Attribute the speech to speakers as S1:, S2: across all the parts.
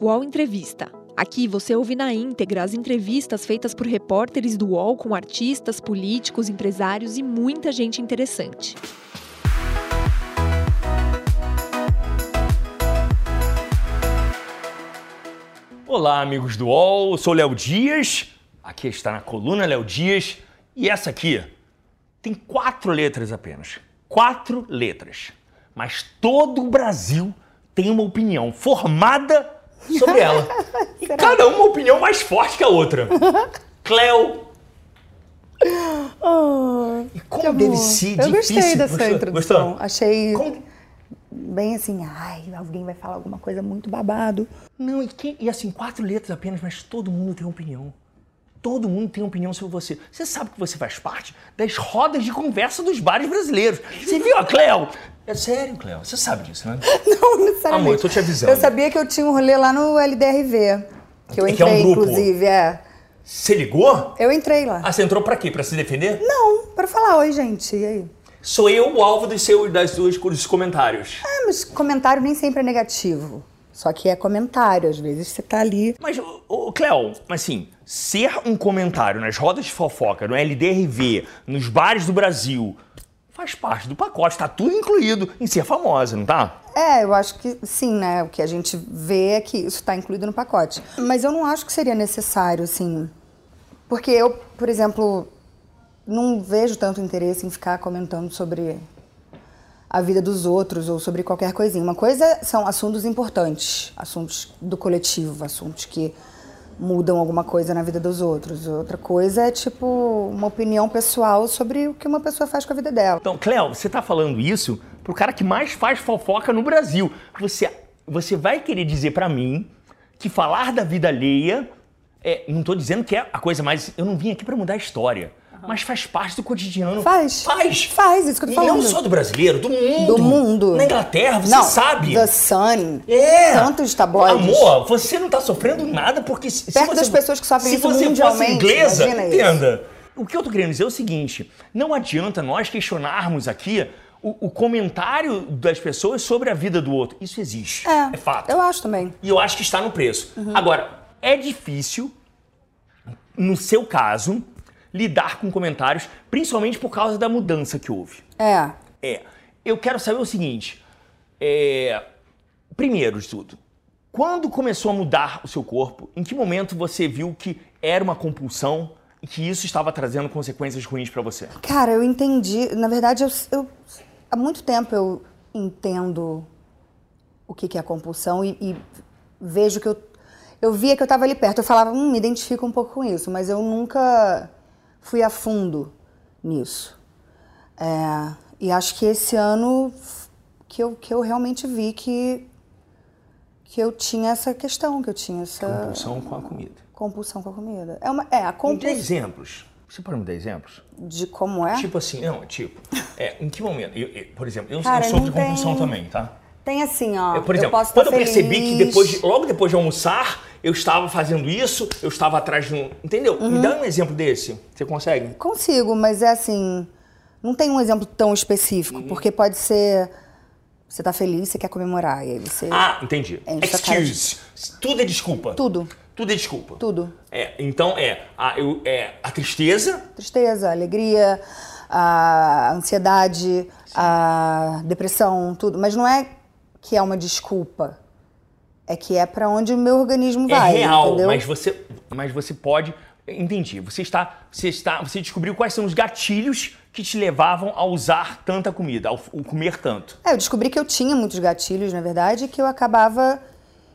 S1: UOL Entrevista. Aqui você ouve na íntegra as entrevistas feitas por repórteres do UOL com artistas, políticos, empresários e muita gente interessante.
S2: Olá, amigos do UOL, Eu sou Léo Dias. Aqui está na coluna Léo Dias. E essa aqui tem quatro letras apenas. Quatro letras. Mas todo o Brasil tem uma opinião formada sobre ela. E cada uma opinião mais forte que a outra. Cleo.
S3: Ah,
S2: E
S3: que
S2: como
S3: amor.
S2: deve ser
S3: Eu
S2: É um difícil.
S3: gostei dessa
S2: Gostou?
S3: introdução.
S2: Gostou?
S3: Achei
S2: Como-
S3: bem assim, ai, alguém vai falar alguma coisa muito babado.
S2: Não, e, quem- e assim, quatro letras apenas, mas todo mundo tem opinião. Todo mundo tem opinião sobre você. Você sabe que você faz parte das rodas de conversa dos bares brasileiros. Você viu a Cleo? É sério, Cleo. Você sabe disso, né?
S3: Não, necessariamente.
S2: Amor, eu tô te avisando.
S3: Eu sabia que eu tinha um rolê lá no LDRV. Que eu
S2: Que é um
S3: entrei,
S2: grupo.
S3: inclusive, é.
S2: Você ligou?
S3: Eu entrei lá.
S2: Ah, você entrou pra quê? Pra se defender?
S3: Não, pra falar, oi, gente, e aí?
S2: Sou eu o alvo dos seus, das suas, dos comentários.
S3: Ah, mas comentário nem sempre é negativo. Só que é comentário, às vezes você tá ali.
S2: Mas, ô, ô, Cleo, mas assim, ser um comentário nas rodas de fofoca, no LDRV, nos bares do Brasil, faz parte do pacote, tá tudo incluído em ser famosa, não tá?
S3: É, eu acho que sim, né? O que a gente vê é que isso tá incluído no pacote. Mas eu não acho que seria necessário, assim. Porque eu, por exemplo, não vejo tanto interesse em ficar comentando sobre a vida dos outros ou sobre qualquer coisinha. Uma coisa são assuntos importantes, assuntos do coletivo, assuntos que mudam alguma coisa na vida dos outros. Outra coisa é, tipo, uma opinião pessoal sobre o que uma pessoa faz com a vida dela.
S2: Então, Cleo, você tá falando isso pro cara que mais faz fofoca no Brasil. Você, você vai querer dizer pra mim que falar da vida alheia é, não tô dizendo que é a coisa mais, eu não vim aqui pra mudar a história, mas faz parte do cotidiano.
S3: Faz.
S2: Faz.
S3: Faz, isso que eu tô
S2: E não
S3: falando.
S2: só do brasileiro, do mundo.
S3: Do mundo.
S2: Na Inglaterra, você
S3: não,
S2: sabe.
S3: The Sun.
S2: É.
S3: Tantos tabloides.
S2: Amor, você não tá sofrendo nada porque se, se
S3: Perto
S2: você-
S3: das pessoas que sofrem
S2: se
S3: isso
S2: você fosse
S3: mundialmente,
S2: inglesa,
S3: imagina isso.
S2: entenda. O que eu tô querendo dizer é o seguinte, não adianta nós questionarmos aqui o, o comentário das pessoas sobre a vida do outro. Isso existe, é, fato.
S3: Eu Uhum. acho também.
S2: E eu acho que está no preço. Agora, é difícil, no seu caso, lidar com comentários, principalmente por causa da mudança que houve.
S3: É.
S2: É. Eu quero saber o seguinte. É, primeiro de tudo, quando começou a mudar o seu corpo, em que momento você viu que era uma compulsão e que isso estava trazendo consequências ruins pra você?
S3: Cara, eu entendi. Na verdade, eu, eu- há muito tempo eu entendo o que, que é compulsão e, e vejo que eu. Eu via que eu estava ali perto. Eu falava, hum, me identifico um pouco com isso, mas eu nunca fui a fundo nisso. É, e acho que esse ano f- que eu, que eu realmente vi que, que eu tinha essa questão, que eu tinha essa
S2: Compulsão com a comida.
S3: compulsão com a comida. É, uma, é a
S2: Me dê
S3: compulsão
S2: exemplos. Você pode me dar exemplos?
S3: de como é.
S2: Tipo assim, não, tipo, é, em que momento? Eu- eu- por exemplo, eu,
S3: Cara,
S2: eu sofro de
S3: não tem-
S2: compulsão também, tá?
S3: Tem assim, ó.
S2: Eu, por exemplo,
S3: posso tá
S2: quando eu percebi que
S3: feliz.
S2: depois de- logo depois de almoçar, eu estava fazendo isso, eu estava atrás de um. Entendeu?
S3: Uhum.
S2: Me dá um exemplo desse. Você consegue?
S3: Consigo, mas é assim. Não tem um exemplo tão
S2: Uhum.
S3: específico, porque pode ser. Você tá feliz, você quer comemorar, e aí você.
S2: Ah, entendi.
S3: É, isso tá
S2: Excuse. Tudo é desculpa.
S3: Tudo,
S2: Tudo é desculpa.
S3: tudo.
S2: É, então é a, eu- é a tristeza,
S3: Tristeza, alegria, a ansiedade, a depressão, tudo. Mas não é que é uma desculpa. É que é pra onde o meu organismo vai.
S2: é real,
S3: entendeu?
S2: mas você, mas você pode. Entendi. Você está, você está, você descobriu quais são os gatilhos que te levavam a usar tanta comida, ao, ao comer tanto.
S3: É, eu descobri que eu tinha muitos gatilhos, na verdade, e que eu acabava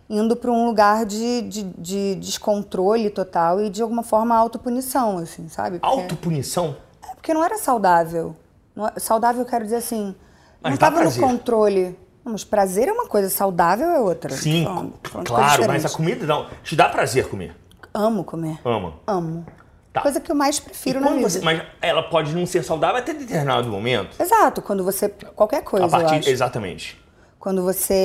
S3: indo para um lugar de, de- de descontrole total e de alguma forma autopunição, assim, sabe? Porque,
S2: Autopunição.
S3: É, porque não era saudável. Não é- saudável, eu quero dizer assim,
S2: Mas
S3: não
S2: dá
S3: tava no
S2: prazer.
S3: é tá
S2: Tá. Hum. é,
S3: um É, tipo, um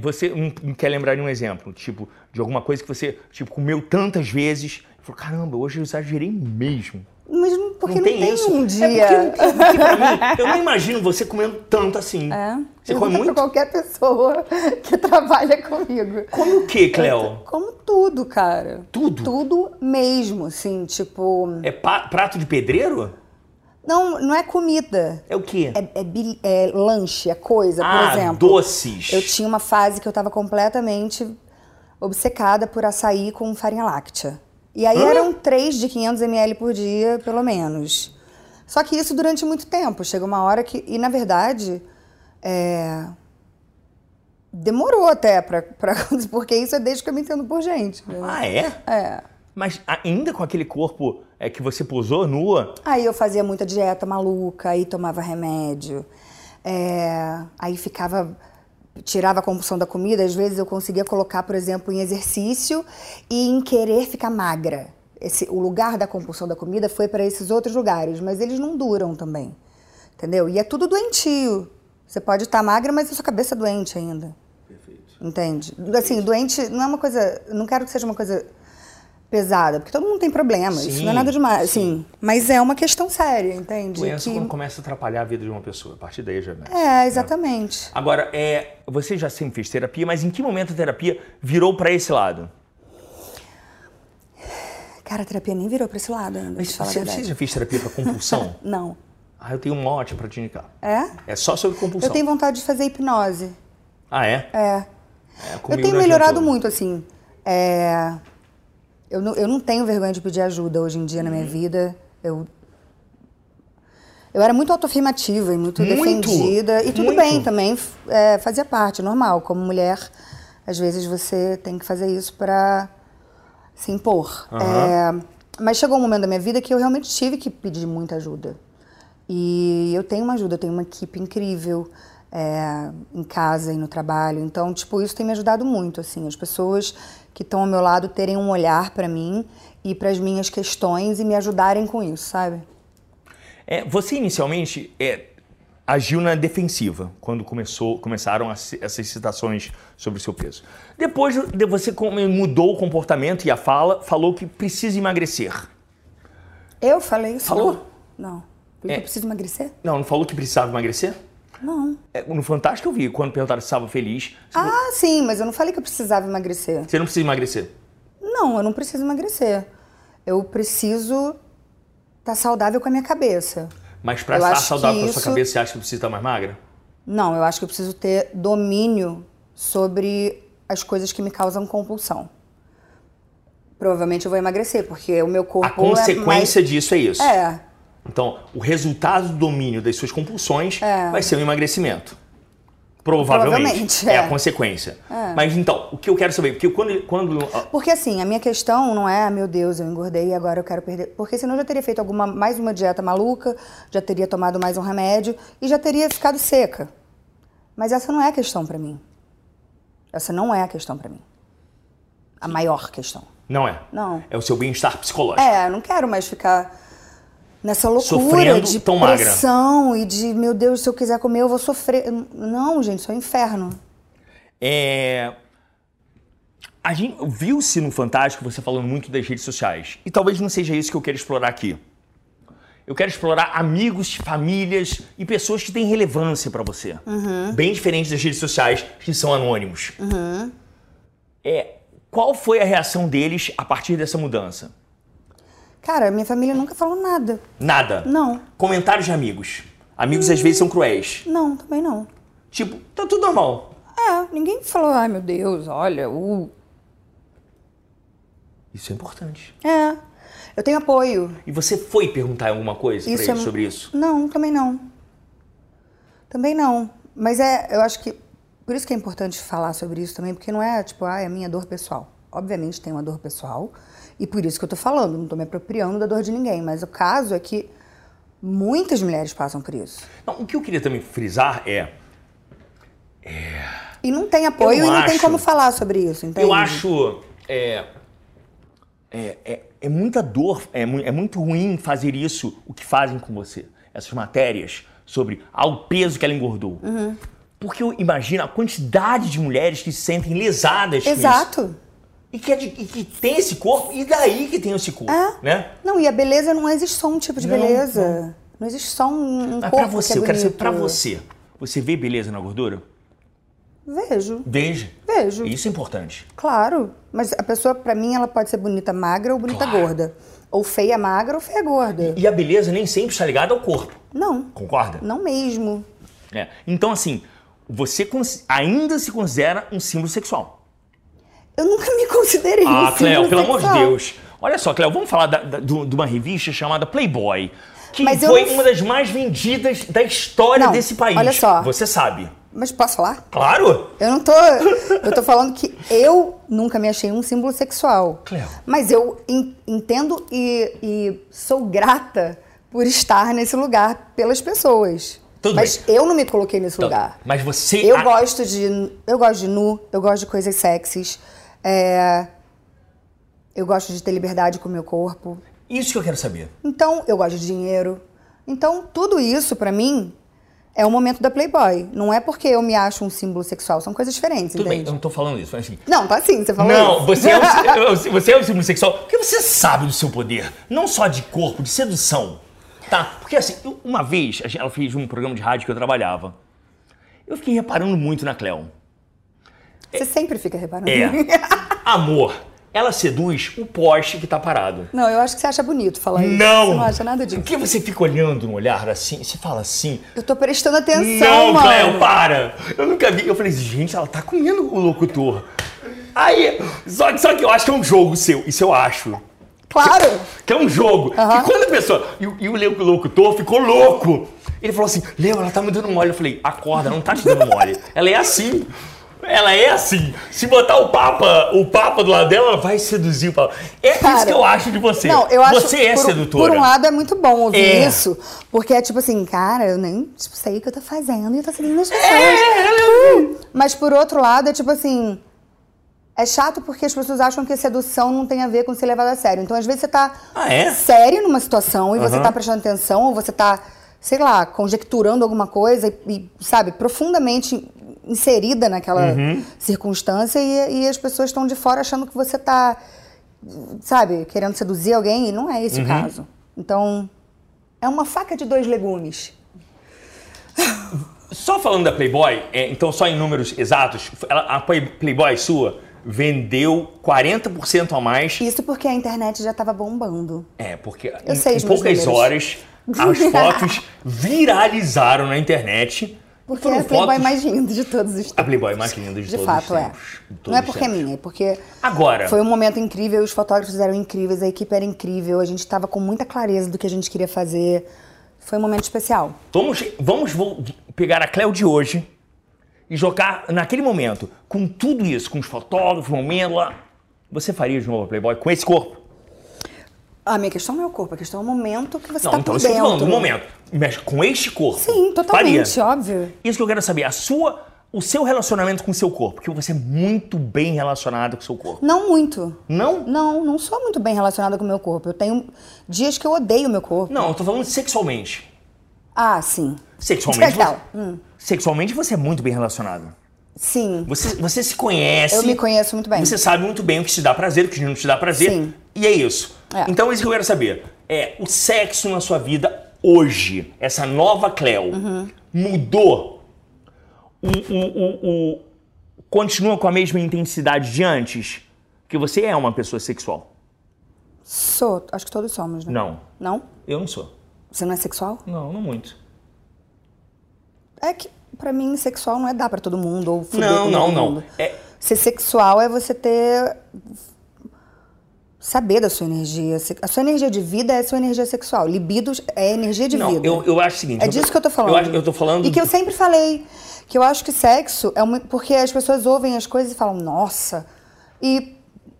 S2: você um, um, quer lembrar de um exemplo, tipo, de alguma coisa que você tipo, comeu tantas vezes e falou: caramba, hoje eu exagerei mesmo.
S3: Mas não, porque não, tem, não tem
S2: isso.
S3: um dia.
S2: É porque, não tem, porque pra mim, eu não imagino você comendo tanto assim.
S3: É.
S2: Você come
S3: Pergunta
S2: muito?
S3: pra qualquer pessoa que trabalha comigo.
S2: Come o quê, Cleo?
S3: Como tudo, cara.
S2: Tudo?
S3: Tudo mesmo, assim, tipo.
S2: É pa- prato de pedreiro?
S3: Não, não é comida.
S2: É o quê?
S3: É, é bil- é lanche, é coisa,
S2: ah,
S3: por exemplo.
S2: doces.
S3: Eu tinha uma fase que eu tava completamente obcecada por açaí com farinha láctea. E aí
S2: Hã?
S3: eram três de 500 ml por dia, pelo menos. Só que isso durante muito tempo. Chega uma hora que... E, na verdade, é, demorou até pra, pra... Porque isso é desde que eu me entendo por gente. né?
S2: Ah, é?
S3: É.
S2: Mas ainda com aquele corpo é, que você posou nua,
S3: Aí eu fazia muita dieta maluca, aí tomava remédio. é, aí ficava. Tirava a compulsão da comida, às vezes eu conseguia colocar, por exemplo, em exercício e em querer ficar magra. Esse, o lugar da compulsão da comida foi para esses outros lugares, mas eles não duram também. Entendeu? E é tudo doentio. Você pode estar magra, mas a sua cabeça é doente ainda. Entende? Assim, doente não é uma coisa. Não quero que seja uma coisa pesada, porque todo mundo tem problemas. isso não é
S2: Sim,
S3: nada demais. Assim, mas é uma questão séria, entende?
S2: doença
S3: Que-
S2: quando começa a atrapalhar a vida de uma pessoa. A partir daí já mexe.
S3: É, exatamente.
S2: Agora, é, você já sempre fez terapia, mas em que momento a terapia virou pra esse lado?
S3: Cara, a terapia nem virou pra esse lado ainda.
S2: Mas
S3: Mas, falar a
S2: você, você
S3: verdade.
S2: já fez terapia pra compulsão?
S3: Não.
S2: ah, eu tenho um mote pra te indicar.
S3: É?
S2: É só sobre compulsão.
S3: Eu tenho vontade de fazer hipnose.
S2: Ah, é?
S3: É.
S2: É,
S3: Eu
S2: comigo
S3: tenho
S2: não
S3: melhorado
S2: adiantou.
S3: muito, assim. É, Eu, não, eu não tenho vergonha de pedir ajuda hoje em dia na minha
S2: Uhum.
S3: vida. Eu. Eu era muito autoafirmativa e muito,
S2: Muito!
S3: defendida. E tudo
S2: Muito!
S3: bem também, f- é, fazia parte, normal. Como mulher, às vezes você tem que fazer isso pra se impor.
S2: Aham.
S3: É, mas chegou um momento da minha vida que eu realmente tive que pedir muita ajuda. E eu tenho uma ajuda, eu tenho uma equipe incrível é, em casa e no trabalho. Então, tipo, isso tem me ajudado muito, assim, as pessoas que estão ao meu lado terem um olhar pra mim e para as minhas questões e me ajudarem com isso, sabe?
S2: É, você inicialmente é, agiu na defensiva quando começou, começaram as- essas citações sobre o seu peso. Depois de- você come- mudou o comportamento e a fala, falou que precisa emagrecer.
S3: Eu falei isso?
S2: Falou?
S3: Não. Porque
S2: É.
S3: eu preciso emagrecer? Tipo
S2: Não, não falou que precisava emagrecer?
S3: Não.
S2: É, no Fantástico eu vi, quando perguntaram se estava feliz, você falou,
S3: Ah, sim, mas eu não falei que eu precisava emagrecer.
S2: você não precisa emagrecer.
S3: Não, eu não preciso emagrecer. Eu preciso estar saudável com a minha cabeça.
S2: Mas pra
S3: Eu
S2: estar
S3: acho
S2: saudável
S3: que
S2: com a sua
S3: isso-
S2: cabeça, você acha que precisa estar mais magra?
S3: Não, eu acho que eu preciso ter domínio sobre as coisas que me causam compulsão. Provavelmente eu vou emagrecer, porque o meu corpo
S2: A consequência disso é isso.
S3: é mais... É,
S2: Então, o resultado do domínio das suas compulsões
S3: É.
S2: vai ser o emagrecimento. Provavelmente.
S3: Provavelmente,
S2: é.
S3: é.
S2: a consequência. Mas então, o que eu quero saber, porque quando. quando
S3: Porque assim, a minha questão não é, "Ah, meu Deus, eu engordei e agora eu quero perder. Porque senão eu já teria feito alguma, mais uma dieta maluca, já teria tomado mais um remédio e já teria ficado seca. Mas essa não é a questão pra mim. Essa não é a questão pra mim. A maior questão.
S2: não é.
S3: Não.
S2: É o seu bem-estar psicológico.
S3: É, eu não quero mais ficar nessa loucura
S2: Sofrendo
S3: de
S2: tão magra.
S3: pressão e de, meu Deus, se eu quiser comer, eu vou sofrer. Não, gente, isso é um inferno.
S2: É, A gente viu-se no Fantástico você falando muito das redes sociais. E talvez não seja isso que eu quero explorar aqui. Eu quero explorar amigos, famílias e pessoas que têm relevância pra você.
S3: Uhum.
S2: Bem diferente das redes sociais que são anônimos. É, qual foi a reação deles a partir dessa mudança?
S3: Cara, minha família nunca falou nada.
S2: Nada.
S3: Não,
S2: Comentários de amigos. Amigos às vezes são cruéis.
S3: não, também não.
S2: Tipo, tá tudo normal.
S3: É, ninguém falou, ai meu Deus, olha, uh.
S2: Isso é importante.
S3: É. Eu tenho apoio.
S2: E você foi perguntar alguma coisa pra
S3: Isso é
S2: eles
S3: mu-
S2: sobre isso?
S3: Não, também não. Também não. Mas é, eu acho que. Por isso que é importante falar sobre isso também, porque não é tipo, ah, é a minha dor pessoal. Obviamente tem uma dor pessoal, e por isso que eu tô falando, não tô me apropriando da dor de ninguém. Mas o caso é que muitas mulheres passam por isso.
S2: Não, o que eu queria também frisar é,
S3: E não tem apoio
S2: Eu
S3: e não tem
S2: acho-
S3: como falar sobre isso, entende?
S2: eu acho é, é, é, é muita dor, é, mu- é muito ruim fazer
S3: Uhum.
S2: isso, o que fazem com você. Essas matérias sobre ah, o peso que ela engordou. Porque eu imagino a quantidade de mulheres que se sentem lesadas com isso.
S3: Exato.
S2: E que, é de- e que tem esse corpo, e daí que tem esse corpo,
S3: É.
S2: né?
S3: Não, e a beleza não existe só um tipo de
S2: Não,
S3: beleza. Não, existe só um, um
S2: Mas
S3: corpo
S2: pra você,
S3: que é
S2: eu quero saber
S3: bonito.
S2: pra você. Você vê beleza na gordura?
S3: Vejo,
S2: Vejo.
S3: vejo.
S2: Isso é importante.
S3: Claro. Mas a pessoa, pra mim, ela pode ser bonita magra ou bonita
S2: Claro.
S3: gorda. Ou feia magra ou feia gorda.
S2: E a beleza nem sempre está ligada ao corpo.
S3: Não,
S2: Concorda?
S3: não mesmo.
S2: É. Então, assim, você cons- ainda se considera um símbolo sexual.
S3: Eu nunca me considerei
S2: Ah,
S3: um
S2: Cleo,
S3: símbolo
S2: pelo amor de
S3: sexual.
S2: Deus. Olha só, Cleo, vamos falar da- da- do- de uma revista chamada Playboy, que
S3: Mas eu
S2: foi
S3: não-
S2: uma das mais vendidas da história
S3: Não,
S2: desse país.
S3: olha só.
S2: Você sabe.
S3: Mas posso falar?
S2: Claro!
S3: Eu não tô. Eu tô falando que eu nunca me achei um símbolo sexual.
S2: Cleo.
S3: Mas eu en- entendo e, e sou grata por estar nesse lugar pelas pessoas.
S2: Tudo
S3: Mas eu não me coloquei nesse
S2: Então,
S3: lugar.
S2: Mas você.
S3: Eu
S2: a-
S3: gosto de. Eu gosto de nu, eu gosto de coisas sexys. é, eu gosto de ter liberdade com o meu corpo.
S2: Isso que eu quero saber.
S3: Então, eu gosto de dinheiro. Então, tudo isso, pra mim, é o momento da Playboy. Não é porque eu me acho um símbolo sexual, são coisas diferentes,
S2: Tudo bem,
S3: entende?
S2: eu não tô falando isso, mas assim.
S3: Não, tá assim, você falou
S2: Não,
S3: isso.
S2: você é, um, eu- você é um símbolo sexual porque você sabe do seu poder, não só de corpo, de sedução, tá? Porque assim, eu- uma vez, a gente- ela fez um programa de rádio que eu trabalhava, eu fiquei reparando muito na Cleo.
S3: Você sempre fica reparando.
S2: É, amor, ela seduz o poste que tá parado.
S3: Não, eu acho que você acha bonito falar isso.
S2: Não!
S3: Você não acha nada disso.
S2: Porque você fica olhando no olhar assim, você fala assim,
S3: Eu tô prestando atenção,
S2: Não,
S3: mano.
S2: Cleo, para! Eu nunca vi. Eu falei, gente, ela tá comendo o locutor. Aí, só, que- só que eu acho que é um jogo seu, isso eu acho.
S3: Claro!
S2: Que é um jogo.
S3: Aham.
S2: E quando a pessoa. E, o- e o Leo- o locutor ficou louco. Ele falou assim: Leo, ela tá me dando mole. Eu falei: acorda, ela não tá te dando mole. Ela é assim. Ela é assim. Se botar o Papa, o Papa do lado dela, ela vai seduzir o Papa. É isso
S3: Cara,
S2: que eu acho de você.
S3: Não, eu acho
S2: você é
S3: por,
S2: sedutora.
S3: Por um lado é muito bom ouvir
S2: É.
S3: isso, porque é tipo assim, cara, eu nem tipo, sei o que eu tô fazendo e eu tô seguindo as pessoas. Uh!
S2: É, ela é.
S3: Mas por outro lado é tipo assim, é chato porque as pessoas acham que sedução não tem a ver com ser levado a sério. Então às vezes você tá
S2: Ah, é?
S3: sério numa situação e você
S2: Aham.
S3: tá prestando atenção ou você tá, sei lá, conjecturando alguma coisa e, e, sabe, profundamente inserida naquela
S2: Uhum.
S3: circunstância e, e as pessoas estão de fora achando que você tá sabe, querendo seduzir alguém, e não é
S2: Uhum.
S3: esse o caso. Então, é uma faca de dois legumes.
S2: Só falando da Playboy, é, então só em números exatos, ela- a Play- Playboy sua vendeu 40% a mais.
S3: Isso porque a internet já tava bombando.
S2: É, porque
S3: Eu
S2: em,
S3: sei
S2: em
S3: os meus
S2: poucas
S3: números.
S2: horas as fotos viralizaram na internet.
S3: Porque
S2: Foram
S3: é a Playboy
S2: fotos-
S3: mais linda de todos os tempos.
S2: A Playboy mais linda de
S3: De
S2: todos os
S3: fato, é.
S2: tempos. De todos
S3: Não é
S2: os
S3: porque é
S2: tempos.
S3: minha, é porque
S2: Agora,
S3: foi um momento incrível, os fotógrafos eram incríveis, a equipe era incrível, a gente tava com muita clareza do que a gente queria fazer. Foi um momento especial.
S2: vamos, vamos vol- pegar a Cleo de hoje e jogar naquele momento, com tudo isso, com os fotógrafos, o momento lá. Você faria de novo a Playboy com esse corpo?
S3: A minha questão não é o corpo, a questão é o momento que você
S2: Não,
S3: tá
S2: então
S3: por
S2: isso que eu
S3: dentro.
S2: tô falando, um momento. Mas com este corpo.
S3: Sim,
S2: Faria.
S3: totalmente, óbvio.
S2: Isso que eu quero saber, a sua, o seu relacionamento com o seu corpo, porque você é muito bem relacionado com o seu corpo.
S3: Não muito.
S2: Não?
S3: Não, não sou muito bem relacionada com o meu corpo. Eu tenho dias que eu odeio o meu corpo.
S2: Não, eu tô falando sexualmente.
S3: Ah, sim.
S2: Sexualmente.
S3: Sexual,
S2: Você, Sexualmente você é muito bem relacionado.
S3: Sim.
S2: Você, você se conhece.
S3: Eu me conheço muito bem.
S2: Você sabe muito bem o que te dá prazer, o que não te dá prazer.
S3: Sim.
S2: E é isso.
S3: É.
S2: Então, isso que eu quero saber. É, o sexo na sua vida hoje, essa nova Cleo, mudou? O, o- o- o- continua com a mesma intensidade de antes? Porque você é uma pessoa sexual.
S3: Sou. Acho que todos somos, né?
S2: Não,
S3: Não?
S2: eu não sou.
S3: Você não é sexual?
S2: Não, não muito.
S3: É que, pra mim, sexual não é dar pra todo mundo ou fuder
S2: Não,
S3: com
S2: não,
S3: todo
S2: não.
S3: mundo.
S2: É,
S3: Ser sexual é você ter... Saber da sua energia. Se- A sua energia de vida é a sua energia sexual. Libidos é energia de
S2: não,
S3: vida.
S2: eu, eu acho o seguinte.
S3: É disso que eu tô falando.
S2: Eu, acho- eu tô falando.
S3: E que eu sempre falei. Que eu acho que sexo é uma. Porque as pessoas ouvem as coisas e falam, nossa. E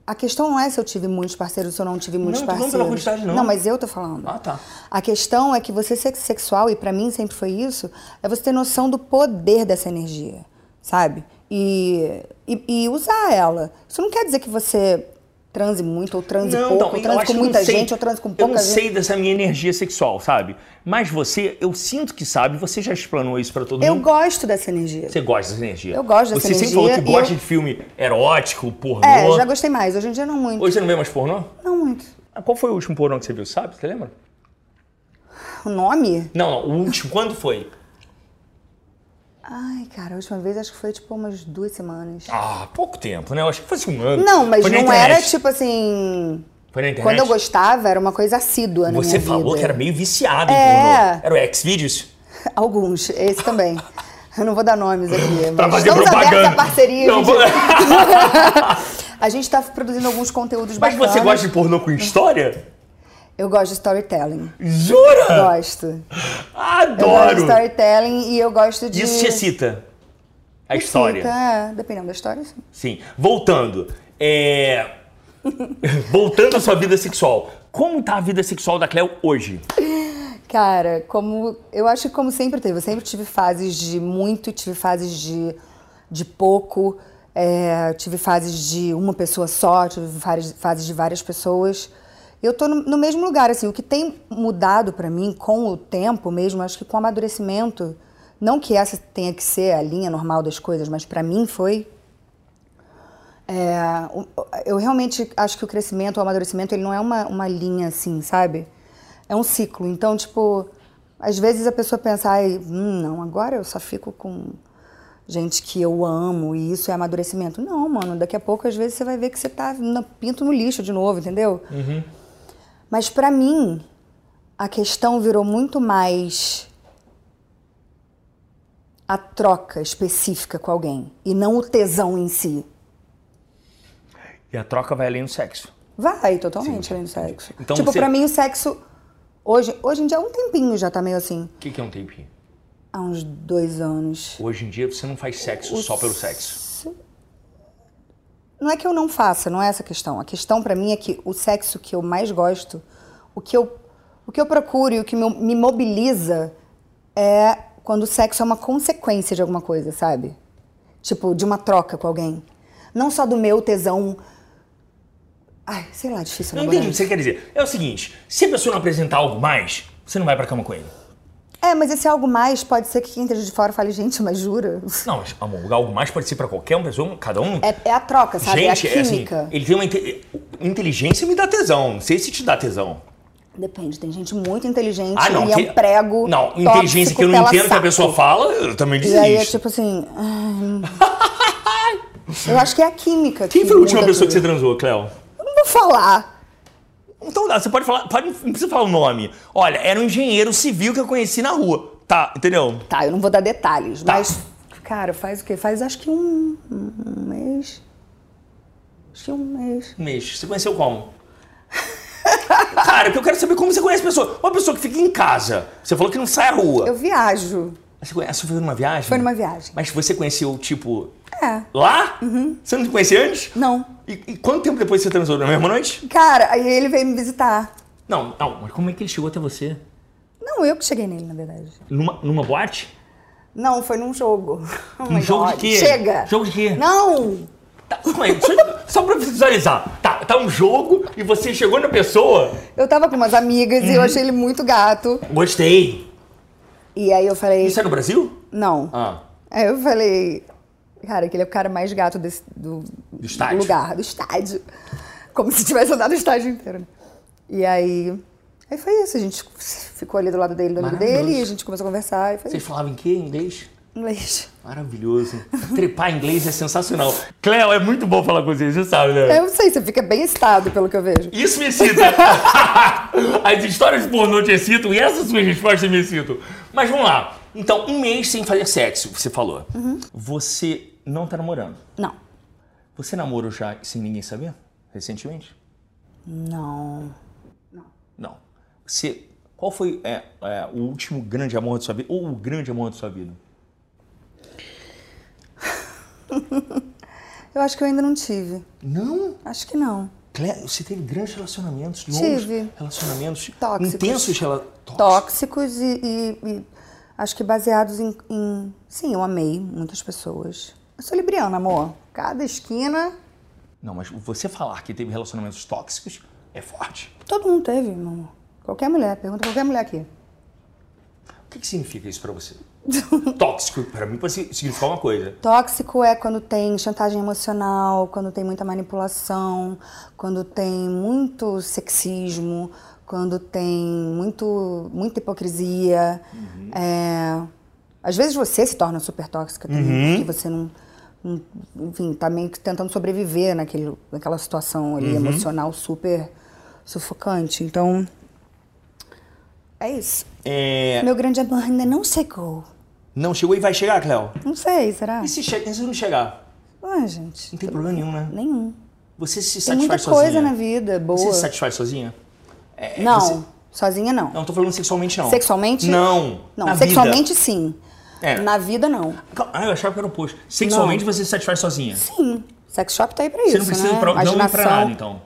S3: a questão não é se eu tive muitos parceiros ou se eu não tive muitos
S2: Não, tô falando
S3: parceiros.
S2: pela quantidade, não.
S3: Não, mas eu tô falando.
S2: Ah, tá.
S3: A questão é que você ser sexual, e pra mim sempre foi isso, é você ter noção do poder dessa energia, sabe? E, e, e usar ela. Isso não quer dizer que você transe muito, ou transe pouco, ou transe com muita gente, ou transe com pouca
S2: Eu não
S3: gente.
S2: sei dessa minha energia sexual, sabe? Mas você, eu sinto que sabe, você já explanou isso pra todo
S3: Eu
S2: mundo.
S3: gosto dessa energia.
S2: Você gosta dessa energia.
S3: Eu gosto dessa
S2: você Você sempre
S3: energia
S2: falou que
S3: e
S2: gosta
S3: eu-
S2: de filme erótico, pornô.
S3: É, já gostei mais. Hoje em dia não muito.
S2: Hoje você não vê mais pornô?
S3: Não muito.
S2: Ah, Qual foi o último pornô que você viu, sabe? Você lembra?
S3: O nome?
S2: Não, não, o último. Quando foi?
S3: Ai, cara, a última vez acho que foi tipo umas duas semanas.
S2: Ah, pouco tempo, né? Eu acho que fosse um ano.
S3: Não, mas
S2: Foi na
S3: não
S2: internet.
S3: era tipo assim.
S2: Foi na internet.
S3: Quando eu gostava, era uma coisa assídua, na
S2: Você
S3: minha
S2: falou
S3: vida.
S2: que era meio viciado em
S3: É.
S2: pornô. Era o X-Videos?
S3: Alguns, esse também. Eu não vou dar nomes aqui.
S2: Pra
S3: mas
S2: fazer
S3: estamos abertos
S2: propaganda.
S3: a parcerias.
S2: Não, vou-
S3: a gente tá produzindo alguns conteúdos
S2: Mas
S3: bacanas.
S2: você gosta de pornô com história?
S3: Eu gosto de storytelling.
S2: Jura?
S3: Gosto. Eu gosto de
S2: Ah, Adoro!
S3: storytelling e eu gosto de.
S2: Isso te excita. A
S3: Me
S2: história.
S3: excita, É, dependendo da história, sim.
S2: Sim. Voltando. É... Voltando à sua vida sexual. Como tá a vida sexual da Cleo hoje?
S3: Cara, como eu acho que como sempre teve, eu sempre tive fases de muito, tive fases de, de pouco, é, tive fases de uma pessoa só, tive várias, fases de várias pessoas. Eu tô no, no mesmo lugar, assim, o que tem mudado pra mim com o tempo mesmo, acho que com o amadurecimento, não que essa tenha que ser a linha normal das coisas, mas pra mim foi é, o- eu realmente acho que o crescimento, o amadurecimento, ele não é uma, uma linha assim, sabe? É um ciclo. Então, tipo, às vezes a pessoa pensa, ai, hum, não, agora eu só fico com gente que eu amo e isso é amadurecimento. Não, mano, daqui a pouco, às vezes, você vai ver que você tá na- pinto no lixo de novo, entendeu? Mas pra mim, a questão virou muito mais a troca específica com alguém e não o tesão em si.
S2: E a troca vai além do sexo.
S3: Vai, totalmente além do sexo.
S2: Então
S3: tipo,
S2: você-
S3: pra mim o sexo. Hoje, hoje em dia, há um tempinho já tá meio assim.
S2: O que, que é um tempinho?
S3: Há uns dois anos.
S2: Hoje em dia você não faz sexo só pelo sexo.
S3: Não é que eu não faça, não é essa a questão. A questão pra mim é que o sexo que eu mais gosto, o que eu, o que eu procuro e o que me, me mobiliza é quando o sexo é uma consequência de alguma coisa, sabe? Tipo, de uma troca com alguém. Não só do meu tesão. Ai, sei lá, difícil
S2: Não
S3: elaborar
S2: entendi o que
S3: isso.
S2: você quer dizer. É o seguinte, se a pessoa não apresentar algo mais, você não vai pra cama com ele.
S3: É, mas esse algo mais pode ser que quem esteja de fora fale, gente, mas jura?
S2: Não, mas, amor, algo mais pode ser pra qualquer uma pessoa, cada um.
S3: É, é a troca, sabe?
S2: Gente,
S3: é a
S2: assim,
S3: química.
S2: ele tem uma inte- inteligência me dá tesão. Não sei se te dá tesão.
S3: Depende, tem gente muito inteligente
S2: Ah, não.
S3: e é
S2: que-
S3: um prego.
S2: Não,
S3: tóxico
S2: inteligência que eu não
S3: pela
S2: entendo que a
S3: saco.
S2: pessoa fala, eu também
S3: E aí é
S2: desisto.
S3: tipo assim. hum. eu acho que é a química.
S2: Quem
S3: que
S2: foi a última
S3: muda
S2: pessoa que você
S3: tudo.
S2: transou, Cléo?
S3: Eu não vou falar.
S2: Então dá, você pode falar, pode, não precisa falar o nome. Olha, era um engenheiro civil que eu conheci na rua. Tá, entendeu?
S3: Tá, eu não vou dar detalhes,
S2: Tá.
S3: mas. Cara, faz o quê? Faz acho que um, um mês. Acho que um mês.
S2: Mês. Você conheceu como? Cara, que eu quero saber é como você conhece a pessoa. Uma pessoa que fica em casa. Você falou que não sai à rua.
S3: Eu viajo.
S2: Você conhece, foi numa viagem?
S3: Foi numa viagem.
S2: Mas você conheceu, tipo,
S3: É.
S2: lá? Você não conhecia antes?
S3: Não.
S2: E, e quanto tempo depois você transou? Na mesma noite?
S3: Cara, aí ele veio me visitar.
S2: Não, não, mas como é que ele chegou até você?
S3: Não, eu que cheguei nele, na verdade.
S2: Numa, numa boate?
S3: Não, foi num jogo. Oh my
S2: Um jogo de
S3: God.
S2: quê?
S3: Chega!
S2: Jogo de quê?
S3: Não!
S2: Tá, calma aí, deixa eu- só pra visualizar. Tá, tá um jogo e você chegou na pessoa.
S3: Eu tava com umas amigas e eu
S2: Uhum.
S3: achei ele muito gato.
S2: Gostei.
S3: E aí eu falei,
S2: Isso é no Brasil?
S3: não.
S2: Ah.
S3: Aí eu falei, cara, que ele é o cara mais gato desse, do,
S2: Do estádio.
S3: lugar, do estádio. Como se tivesse andado o estádio inteiro. né? E aí. Aí foi isso, a gente ficou ali do lado dele, do amigo
S2: Maravilhoso.
S3: dele, e a gente começou a conversar e foi um
S2: Vocês falavam em quê? Em inglês?
S3: inglês.
S2: Maravilhoso. Trepar em inglês é sensacional. Cleo, é muito bom falar com vocês, você sabe, né?
S3: Eu não sei, você fica bem excitado pelo que eu vejo.
S2: Isso me excita. As histórias de pornô te excitam e essas suas respostas me excitam. Mas vamos lá. Então, um mês sem fazer sexo, você falou. Você não tá namorando.
S3: Não.
S2: Você namorou já sem ninguém saber? Recentemente?
S3: Não.
S2: Não. Você. Qual foi é, é, o último grande amor da sua vida? Ou o grande amor da sua vida?
S3: Eu acho que eu ainda não tive.
S2: Não!
S3: Acho que não.
S2: Cle- você teve grandes relacionamentos, longos
S3: Tive.
S2: relacionamentos
S3: Tóxicos.
S2: intensos. Rela... Tóxicos.
S3: tóxicos e, e- e acho que baseados em, em- Sim, eu amei muitas pessoas. Eu sou libriana, amor. Cada esquina
S2: Não, mas você falar que teve relacionamentos tóxicos é forte.
S3: Todo mundo teve, meu amor. Qualquer mulher, pergunta qualquer mulher aqui.
S2: O que, que significa isso pra você? Tóxico, pra mim, pode si- significar uma coisa.
S3: Tóxico é quando tem chantagem emocional, quando tem muita manipulação, quando tem muito sexismo, quando tem muito, muita hipocrisia. É, Às vezes você se torna super tóxica também, porque você não, não- Enfim, tá meio que tentando sobreviver naquele, naquela situação ali emocional super sufocante. Então. É isso.
S2: É,
S3: Meu grande amor ainda não chegou.
S2: Não chegou e vai chegar, Cléo?
S3: Não sei, será?
S2: E se, che- e se não chegar?
S3: Ah, gente.
S2: Não tem problema nenhum, né?
S3: Nenhum.
S2: Você se
S3: Tem
S2: satisfaz
S3: muita
S2: sozinha?
S3: coisa na vida boa.
S2: Você se satisfaz sozinha? É,
S3: não,
S2: você-
S3: sozinha não.
S2: Não tô falando sexualmente, não.
S3: Sexualmente?
S2: Não.
S3: Não,
S2: na vida.
S3: sexualmente sim.
S2: É.
S3: Na vida não.
S2: Cal- Ah, eu achava que era o posto. Sexualmente você se satisfaz sozinha.
S3: Sim. Sex shop tá aí pra
S2: você
S3: isso,
S2: não precisa
S3: né?
S2: pra, não ir
S3: Imaginação.
S2: pra nada, então.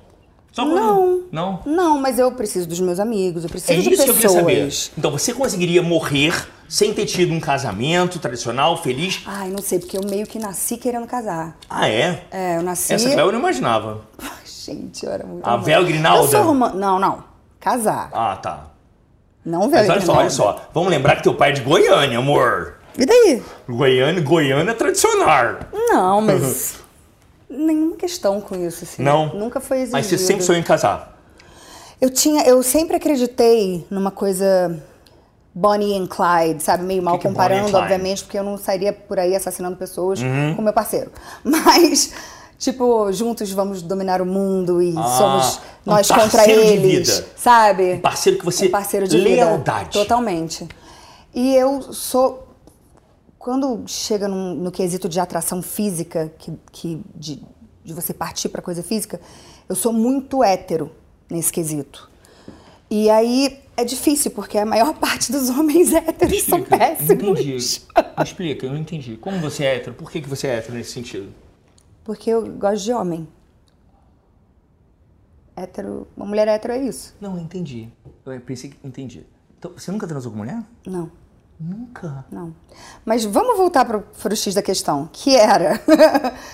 S2: Só quando-
S3: Não.
S2: Não?
S3: Não, mas eu preciso dos meus amigos, eu preciso
S2: É
S3: de
S2: isso que eu queria saber.
S3: pessoas.
S2: Então, você conseguiria morrer sem ter tido um casamento tradicional, feliz?
S3: Ai, não sei, porque eu meio que nasci querendo casar.
S2: Ah, é?
S3: É, eu nasci.
S2: Essa Cléo eu não imaginava.
S3: Gente, eu era muito.
S2: A
S3: romântica.
S2: Vel Grinalda?
S3: Eu sou romã- Não, não. Casar.
S2: Ah, tá.
S3: Não Vel
S2: Mas olha só,
S3: Grinalda.
S2: olha só. Vamos lembrar que teu pai é de Goiânia, amor.
S3: E daí?
S2: Goiânia, Goiânia é tradicional.
S3: Não, mas. Nenhuma questão com isso, assim.
S2: Uhum. Não?
S3: Nunca foi exigido.
S2: Mas você sempre sonhou em casar.
S3: Eu tinha, eu sempre acreditei numa coisa Bonnie and Clyde, sabe? Meio mal
S2: que é Bonnie and
S3: comparando,
S2: Clyde? Uhum.
S3: obviamente, porque eu não sairia por aí assassinando pessoas com meu parceiro. Mas, tipo, juntos vamos dominar o mundo e
S2: Ah,
S3: somos
S2: um
S3: nós contra
S2: parceiro de
S3: eles,
S2: vida.
S3: sabe?
S2: Um parceiro que você-
S3: um parceiro de vida.
S2: lealdade.
S3: Totalmente. E eu sou quando chega num- no quesito de atração física, que, que de, de você partir pra coisa física, eu sou muito hétero nesse quesito. E aí é difícil, porque a maior parte dos homens héteros são
S2: Não
S3: péssimos.
S2: entendi. Explica, eu não entendi. Como você é hétero? Por que, que você é hétero nesse sentido?
S3: Porque eu gosto de homem. Hétero, uma mulher hétero é isso?
S2: Não, eu entendi. Eu pensei que entendi. Então, você nunca transou com mulher?
S3: Não,
S2: Nunca.
S3: não. Mas vamos voltar pro, pro X da questão, que era.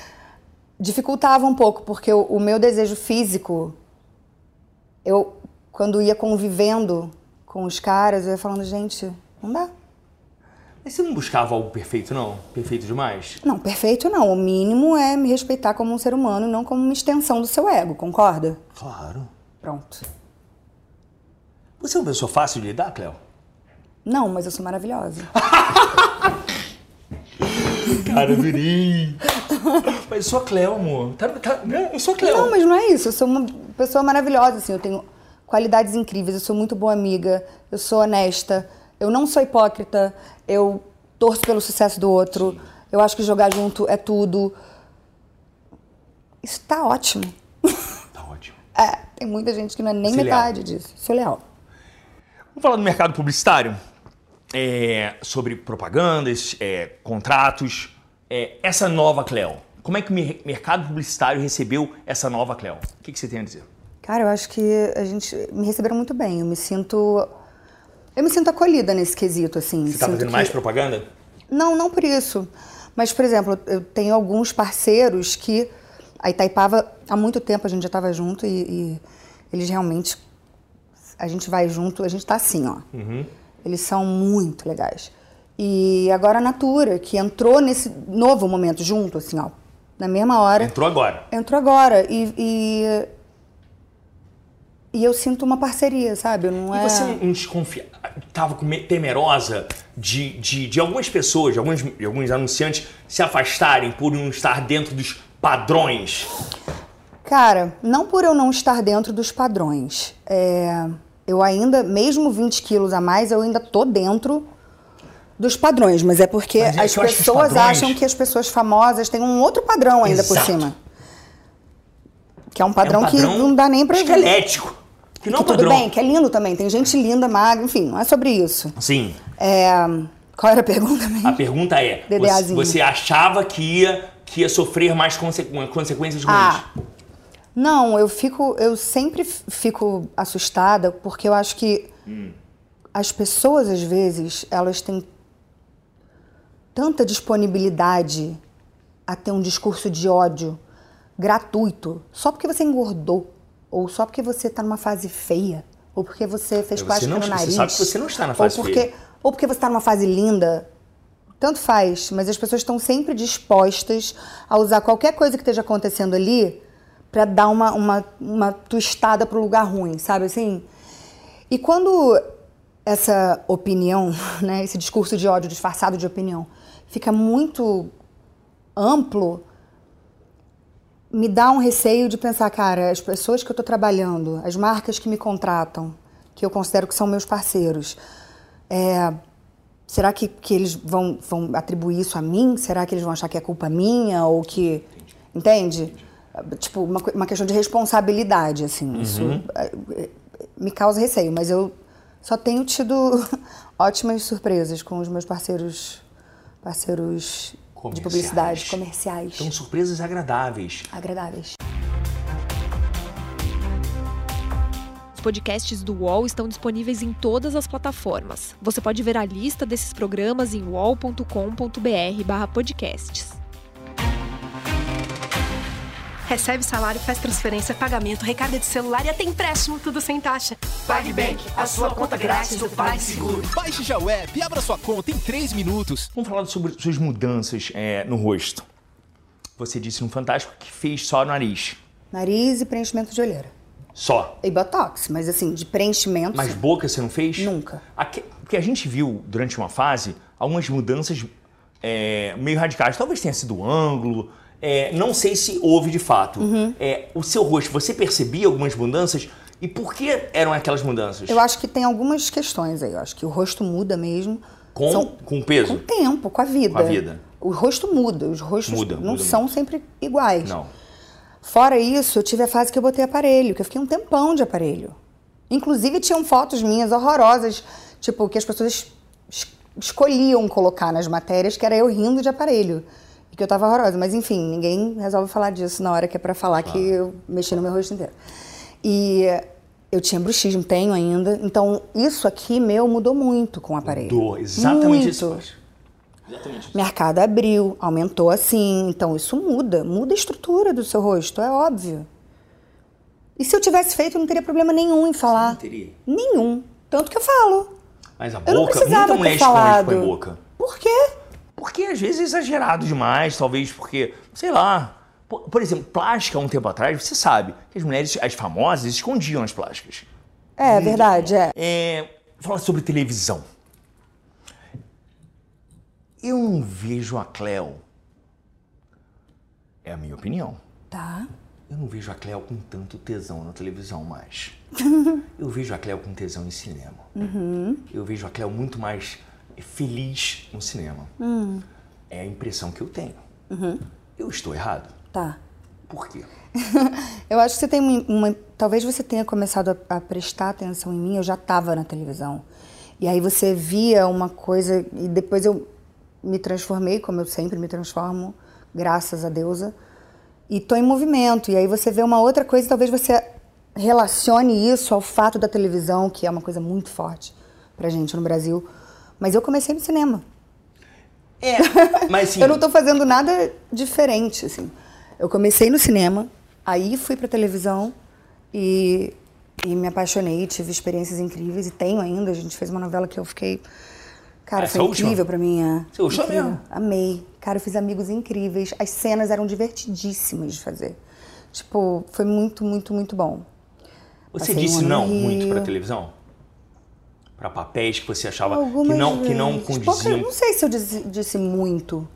S3: dificultava um pouco, porque o, o meu desejo físico, eu, quando ia convivendo com os caras, eu ia falando, gente, não dá.
S2: Mas você não buscava algo perfeito, não? Perfeito demais?
S3: Não, perfeito não. O mínimo é me respeitar como um ser humano e não como uma extensão do seu ego, concorda?
S2: Claro.
S3: Pronto.
S2: Você é uma pessoa fácil de lidar, Cléo?
S3: Não, mas eu sou maravilhosa.
S2: Cara, durinho. Mas eu sou a Cléo, amor. Tá, tá, né? eu sou a Cléo.
S3: Não, mas não é isso. Eu sou uma pessoa maravilhosa, assim. Eu tenho qualidades incríveis. Eu sou muito boa amiga. Eu sou honesta. Eu não sou hipócrita. Eu torço pelo sucesso do outro. Eu acho que jogar junto é tudo. Isso tá ótimo.
S2: Tá ótimo.
S3: É, tem muita gente que não é nem
S2: Ser leal.
S3: metade disso. Sou leal.
S2: Vamos falar do mercado publicitário? É, sobre propagandas, é, contratos. É, essa nova Cleo. Como é que o mer- mercado publicitário recebeu essa nova Cleo? O que, que você tá tem a dizer?
S3: Cara, eu acho que a gente me receberam muito bem. Eu me sinto. Eu me sinto acolhida nesse quesito, assim.
S2: Você está
S3: Sinto
S2: fazendo
S3: que-
S2: mais propaganda?
S3: Não, não por isso. Mas, por exemplo, eu tenho alguns parceiros que a Itaipava, há muito tempo a gente já estava junto e, e eles realmente. A gente vai junto, a gente tá assim, ó.
S2: Uhum.
S3: Eles são muito legais. E agora a Natura, que entrou nesse novo momento junto, assim, ó. Na mesma hora.
S2: Entrou agora.
S3: Entrou agora. E. E, e eu sinto uma parceria, sabe? Não
S2: E
S3: é...
S2: você não desconfia? Tava com me- temerosa de, de, de algumas pessoas, de alguns, de alguns anunciantes se afastarem por não estar dentro dos padrões?
S3: Cara, não por eu não estar dentro dos padrões. É, eu ainda, mesmo 20 quilos a mais, eu ainda tô dentro dos padrões. Mas é porque
S2: Mas é
S3: as
S2: que eu acho que os
S3: pessoas
S2: padrões-
S3: acham que as pessoas famosas têm um outro padrão ainda por
S2: Exato.
S3: cima. Que é um padrão,
S2: é um padrão
S3: que não dá nem pra ver.
S2: esquelético. Que não é
S3: Que
S2: um
S3: tudo
S2: padrão.
S3: bem, que é lindo também. Tem gente linda, magra, enfim, não é sobre isso.
S2: Sim.
S3: É, qual era a pergunta mesmo?
S2: A pergunta é: você,
S3: DDAzinho.
S2: você achava que ia, que ia sofrer mais conse- consequências ruins?
S3: Ah, não, eu fico, eu sempre f- fico assustada porque eu acho que as pessoas às vezes elas têm tanta disponibilidade a ter um discurso de ódio gratuito só porque você engordou, ou só porque você tá numa fase feia, ou porque você fez
S2: Você
S3: plástica
S2: não-
S3: no
S2: você
S3: nariz.
S2: sabe que você não está na fase
S3: ou porque,
S2: feia.
S3: Ou porque você tá numa fase linda. Tanto faz, mas as pessoas estão sempre dispostas a usar qualquer coisa que esteja acontecendo ali pra dar uma, uma, uma twistada pro lugar ruim, sabe assim? E quando essa opinião, né, esse discurso de ódio disfarçado de opinião, fica muito amplo, me dá um receio de pensar, cara, as pessoas que eu estou trabalhando, as marcas que me contratam, que eu considero que são meus parceiros, é, será que, que eles vão, vão atribuir isso a mim? Será que eles vão achar que é culpa minha? Ou que. Entende? Tipo, uma, co- uma questão de responsabilidade, assim. Isso é, é, me causa receio, mas eu só tenho tido ótimas surpresas com os meus parceiros. Parceiros de
S2: Comerciais.
S3: publicidade, comerciais,
S2: São Então, surpresas agradáveis.
S3: agradáveis.
S1: Os podcasts do UOL estão disponíveis em todas as plataformas. Você pode ver a lista desses programas em uol.com.br/podcasts.
S4: Recebe salário, faz transferência, pagamento, recarga de celular e até empréstimo, tudo sem taxa.
S5: PagBank, a sua conta grátis do PagSeguro.
S6: Baixe já o app e abra sua conta em 3 minutos.
S2: Vamos falar sobre suas mudanças é, no rosto. Você disse no Fantástico que fez só nariz.
S3: Nariz e preenchimento de olheira.
S2: Só.
S3: E botox, mas assim, de preenchimento.
S2: Mas boca você não fez?
S3: Nunca.
S2: Aque- porque a gente viu durante uma fase algumas mudanças é, meio radicais. Talvez tenha sido o ângulo. é, não sei se houve de fato.
S3: Uhum.
S2: É, o seu rosto, você percebia algumas mudanças? E por que eram aquelas mudanças?
S3: Eu acho que tem algumas questões aí. Eu acho que o rosto muda mesmo.
S2: Com,
S3: São-
S2: com peso?
S3: com o tempo, com a vida.
S2: Com a vida.
S3: O rosto muda. Os rostos
S2: Muda,
S3: não
S2: muda
S3: são sempre iguais.
S2: Não.
S3: Fora isso, eu tive a fase que eu botei aparelho, que eu fiquei um tempão de aparelho. Inclusive, tinham fotos minhas horrorosas, tipo, que as pessoas es- escolhiam colocar nas matérias, que era eu rindo de aparelho. E que eu tava horrorosa. Mas enfim, ninguém resolve falar disso na hora que é pra falar que eu mexi no meu rosto inteiro. E eu tinha bruxismo, tenho ainda. Então, isso aqui meu mudou muito com o aparelho.
S2: Dor, exatamente
S3: Muito.
S2: isso. Exatamente isso.
S3: Mercado abriu, aumentou assim. Então isso muda, muda a estrutura do seu rosto, é óbvio. E se eu tivesse feito, eu não teria problema nenhum em falar.
S2: Não teria.
S3: Nenhum. Tanto que eu falo.
S2: Mas a
S3: Eu não
S2: boca,
S3: precisava
S2: muita
S3: ter
S2: mulher esconde
S3: falado.
S2: põe boca.
S3: Por quê?
S2: Porque às vezes é exagerado demais, talvez porque, sei lá. Por, por exemplo, plástica, um tempo atrás, você sabe que as mulheres, as famosas, escondiam as plásticas.
S3: É verdade, é.
S2: É, fala sobre televisão. Eu não vejo a Cleo. É a minha opinião.
S3: Tá.
S2: Eu não vejo a Cleo com tanto tesão na televisão mais. Eu vejo a Cleo com tesão em cinema.
S3: Uhum.
S2: Eu vejo a Cleo muito mais feliz no cinema.
S3: Hum.
S2: É a impressão que eu tenho.
S3: Uhum.
S2: Eu estou errado.
S3: Tá.
S2: Por quê?
S3: Eu acho que você tem uma, uma- Talvez você tenha começado a, a prestar atenção em mim, eu já estava na televisão. E aí você via uma coisa. E depois eu me transformei, como eu sempre me transformo, graças a deusa. E tô em movimento. E aí você vê uma outra coisa, e talvez você relacione isso ao fato da televisão, que é uma coisa muito forte pra gente no Brasil. Mas eu comecei no cinema.
S2: É, mas assim,
S3: Eu não tô fazendo nada diferente, assim. Eu comecei no cinema, aí fui pra televisão e, e me apaixonei, tive experiências incríveis e tenho ainda. A gente fez uma novela que eu fiquei. Cara,
S2: Essa
S3: foi
S2: última?
S3: incrível pra mim. é.
S2: Você gostou
S3: Incrível.
S2: mesmo?
S3: Amei. Cara, eu fiz amigos incríveis. As cenas eram divertidíssimas de fazer. Tipo, foi muito, muito, muito bom.
S2: você
S3: passei um
S2: disse
S3: ano no
S2: não muito
S3: Rio.
S2: para televisão? Para papéis que você achava que
S3: Algumas
S2: não, que não
S3: vezes. Poucas-
S2: condiziam.
S3: não sei se eu disse, disse muito.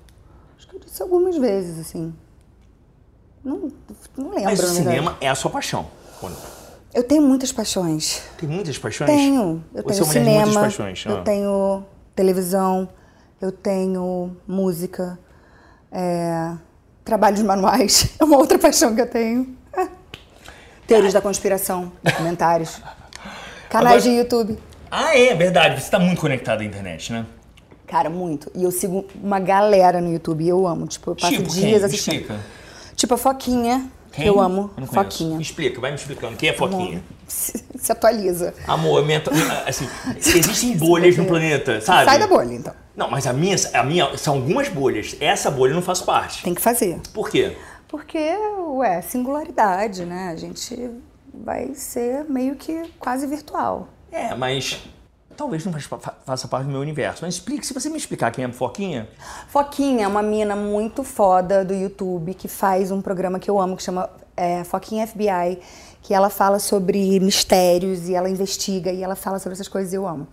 S3: Acho que eu disse algumas vezes, assim. Não, não lembro,
S2: Mas o
S3: na verdade.
S2: cinema é a sua paixão. Quando-
S3: Eu tenho muitas paixões.
S2: Tem muitas paixões?
S3: Tenho. Eu
S2: Você é
S3: tenho
S2: uma mulher de muitas
S3: cinema.
S2: paixões.
S3: Eu
S2: ah.
S3: tenho televisão. Eu tenho música. é, trabalhos manuais. É uma outra paixão que eu tenho. Ah. Teorias da conspiração. Documentários. Canais
S2: Agora-
S3: de YouTube.
S2: Ah, é verdade. Você está muito conectado à internet, né?
S3: Cara, muito. E eu sigo uma galera no YouTube e eu amo. Tipo, eu passo
S2: Tipo quem?
S3: dias
S2: Me
S3: assistindo.
S2: explica.
S3: Tipo a Foquinha. que
S2: Quem?
S3: Eu amo.
S2: não conheço.
S3: Foquinha.
S2: Me explica, vai me explicando. Quem é Foquinha?
S3: Se, se atualiza.
S2: Amor, minha, assim, existem bolhas no planeta, sabe?
S3: Sai da bolha, então.
S2: Não, mas a minha, a minha são algumas bolhas. Essa bolha eu não faço parte.
S3: Tem que fazer.
S2: Por quê?
S3: Porque, ué, singularidade, né? A gente vai ser meio que quase virtual.
S2: É, mas talvez não fa- fa- faça parte do meu universo. Mas explique, se você me explicar quem é a Foquinha,
S3: Foquinha é uma mina muito foda do YouTube que faz um programa que eu amo que chama é, Foquinha FBI, que ela fala sobre mistérios e ela investiga e ela fala sobre essas coisas e eu amo.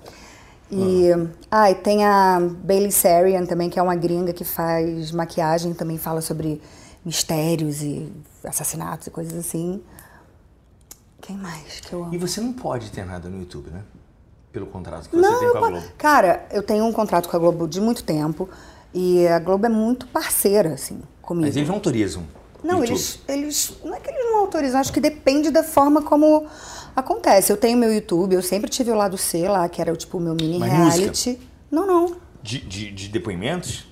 S3: E, ah, e tem a Bailey Sarian também, que é uma gringa que faz maquiagem, também fala sobre mistérios e assassinatos e coisas assim. Quem mais que eu amo?
S2: e você não pode ter nada no YouTube, né? Pelo contrato que você
S3: Não,
S2: tem
S3: eu
S2: com a
S3: po-
S2: Globo.
S3: Cara, eu tenho um contrato com a Globo de muito tempo e a Globo é muito parceira, assim, comigo.
S2: Mas eles não autorizam.
S3: Não,
S2: YouTube.
S3: eles, eles. Não é que eles não autorizam, acho que depende da forma como acontece. Eu tenho meu YouTube, eu sempre tive o lado C lá, que era tipo o meu mini
S2: Mas
S3: reality. Não, não.
S2: De, de, de depoimentos?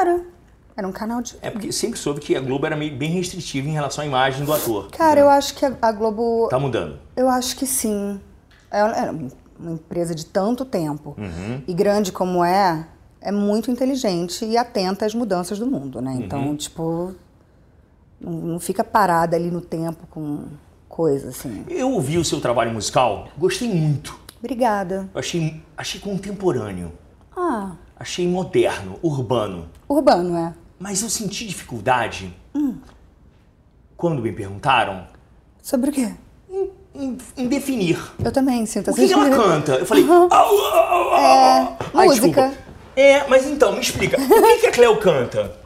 S3: Era. Era um canal de.
S2: É porque sempre soube que a Globo era meio- bem restritiva em relação à imagem do ator.
S3: Cara, eu acho que a, a Globo.
S2: Tá mudando.
S3: Eu acho que sim. Ela Era uma empresa de tanto tempo
S2: Uhum.
S3: e grande como é, é muito inteligente e atenta às mudanças do mundo, né?
S2: Uhum.
S3: Então, tipo, não, não fica parada ali no tempo com coisa assim.
S2: Eu ouvi o seu trabalho musical, gostei muito.
S3: Obrigada.
S2: Eu achei, achei contemporâneo,
S3: Ah,
S2: achei moderno, urbano.
S3: urbano, é.
S2: Mas eu senti dificuldade
S3: Hum.
S2: quando me perguntaram
S3: Sobre o quê?
S2: em, em definir.
S3: Eu também sinto assim,
S2: O que, que ela canta? Eu falei.
S3: Uhum.
S2: "Au, au, au, au, au."
S3: É, música.
S2: desculpa. É, mas então, me explica. O que, que a Cleo canta?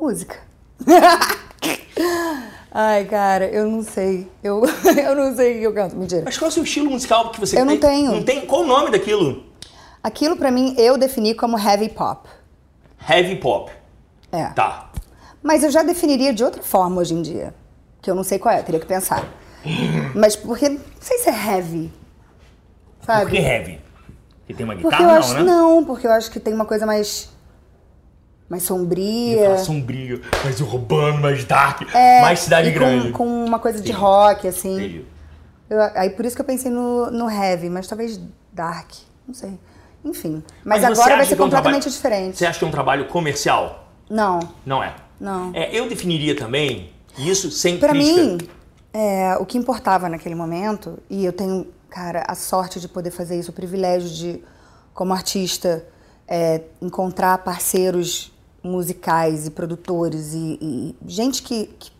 S3: Música. Ai, cara, eu não sei. Eu, eu não sei o que eu canto. Mentira.
S2: Mas qual é o seu estilo musical que você
S3: Eu não
S2: tem?
S3: tenho.
S2: Não tem? Qual o nome daquilo?
S3: Aquilo pra mim eu defini como heavy pop.
S2: Heavy pop.
S3: É.
S2: Tá.
S3: Mas eu já definiria de outra forma hoje em dia. Que eu não sei qual é, eu teria que pensar. Mas porque. Não sei se é heavy. Sabe?
S2: Por que heavy? Porque tem uma
S3: Porque
S2: guitarra, é
S3: eu
S2: não,
S3: acho.
S2: né?
S3: Não, porque eu acho que tem uma coisa mais. Mais
S2: Ele
S3: sombria. É,
S2: fala sombrio, mais urbano, mais dark, mais cidade
S3: e com-
S2: grande.
S3: Com, uma coisa de rock, assim.
S2: Entendi.
S3: Eu- aí por isso que eu pensei no, no heavy, mas talvez dark, não sei. Enfim. Mas,
S2: você
S3: agora vai
S2: acha
S3: ser
S2: que é um
S3: completamente
S2: trabalho-
S3: diferente.
S2: Você acha que é um trabalho comercial?
S3: Não.
S2: Não é.
S3: Não.
S2: É, eu definiria também isso sem
S3: Pra
S2: crítica.
S3: mim, é, o que importava naquele momento, e eu tenho, cara, a sorte de poder fazer isso, o privilégio de, como artista, é, encontrar parceiros musicais e produtores e, e gente que, que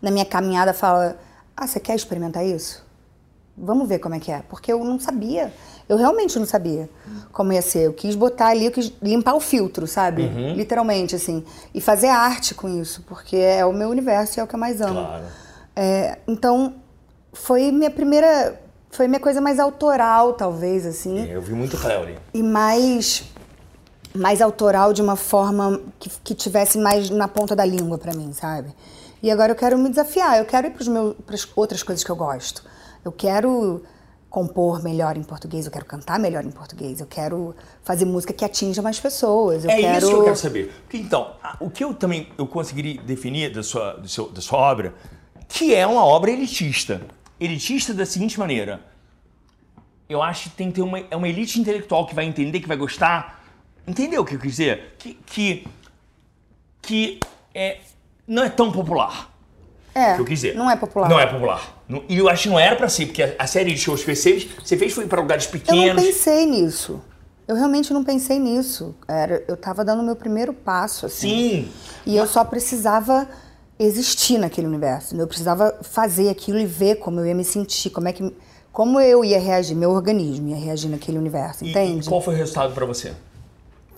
S3: na minha caminhada fala: Ah, você quer experimentar isso? Vamos ver como é que é. Porque eu não sabia. Eu realmente não sabia como ia ser. Eu quis botar ali, eu quis limpar o filtro, sabe?
S2: Uhum.
S3: Literalmente, assim. E fazer arte com isso, porque é o meu universo e é o que eu mais amo.
S2: Claro.
S3: É, então, foi minha primeira. Foi minha coisa mais autoral, talvez, assim.
S2: É, Eu vi muito Cleore.
S3: E mais. Mais autoral de uma forma que, que tivesse mais na ponta da língua pra mim, sabe? E agora eu quero me desafiar, eu quero ir pros meus, pras outras coisas que eu gosto. Eu quero compor melhor em português, eu quero cantar melhor em português, eu quero fazer música que atinja mais pessoas. Eu
S2: É
S3: quero...
S2: isso que eu quero saber. Porque, então, a- o que eu também eu conseguiria definir da sua, do seu- da sua obra, que é uma obra elitista. Elitista da seguinte maneira. Eu acho que tem que ter uma, é uma elite intelectual que vai entender, que vai gostar. Entendeu o que eu quis dizer? Que, que, que é, não é tão popular.
S3: É,
S2: que eu quis dizer.
S3: Não é popular.
S2: Não é popular. Não- E eu acho que não era pra ser, porque a, a série de shows que você fez, você fez foi pra lugares
S3: Eu não
S2: pequenos.
S3: pensei nisso. Eu realmente não pensei nisso. Era, eu tava dando o meu primeiro passo, assim.
S2: Sim.
S3: E eu só precisava existir naquele universo. né? Eu precisava fazer aquilo e ver como eu ia me sentir, como é que. Como eu ia reagir, meu organismo ia reagir naquele universo,
S2: E-
S3: entende?
S2: E qual foi o resultado pra você?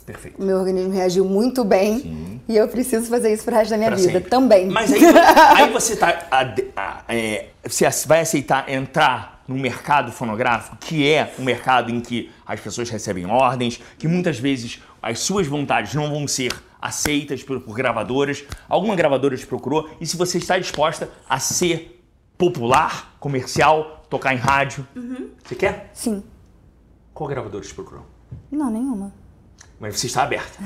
S2: Perfeito.
S3: Meu organismo reagiu muito bem e eu preciso fazer isso pro resto da minha
S2: Pra
S3: vida
S2: sempre.
S3: também.
S2: Mas aí, aí você tá. a- a- é, você ac- vai aceitar entrar no mercado fonográfico, que é um mercado em que as pessoas recebem ordens, que muitas vezes as suas vontades não vão ser aceitas por, por gravadoras. Alguma gravadora te procurou, e se você está disposta a ser popular, comercial, tocar em rádio. Você quer?
S3: Sim.
S2: Qual gravadora te procurou?
S3: Não, nenhuma.
S2: Mas você está aberta.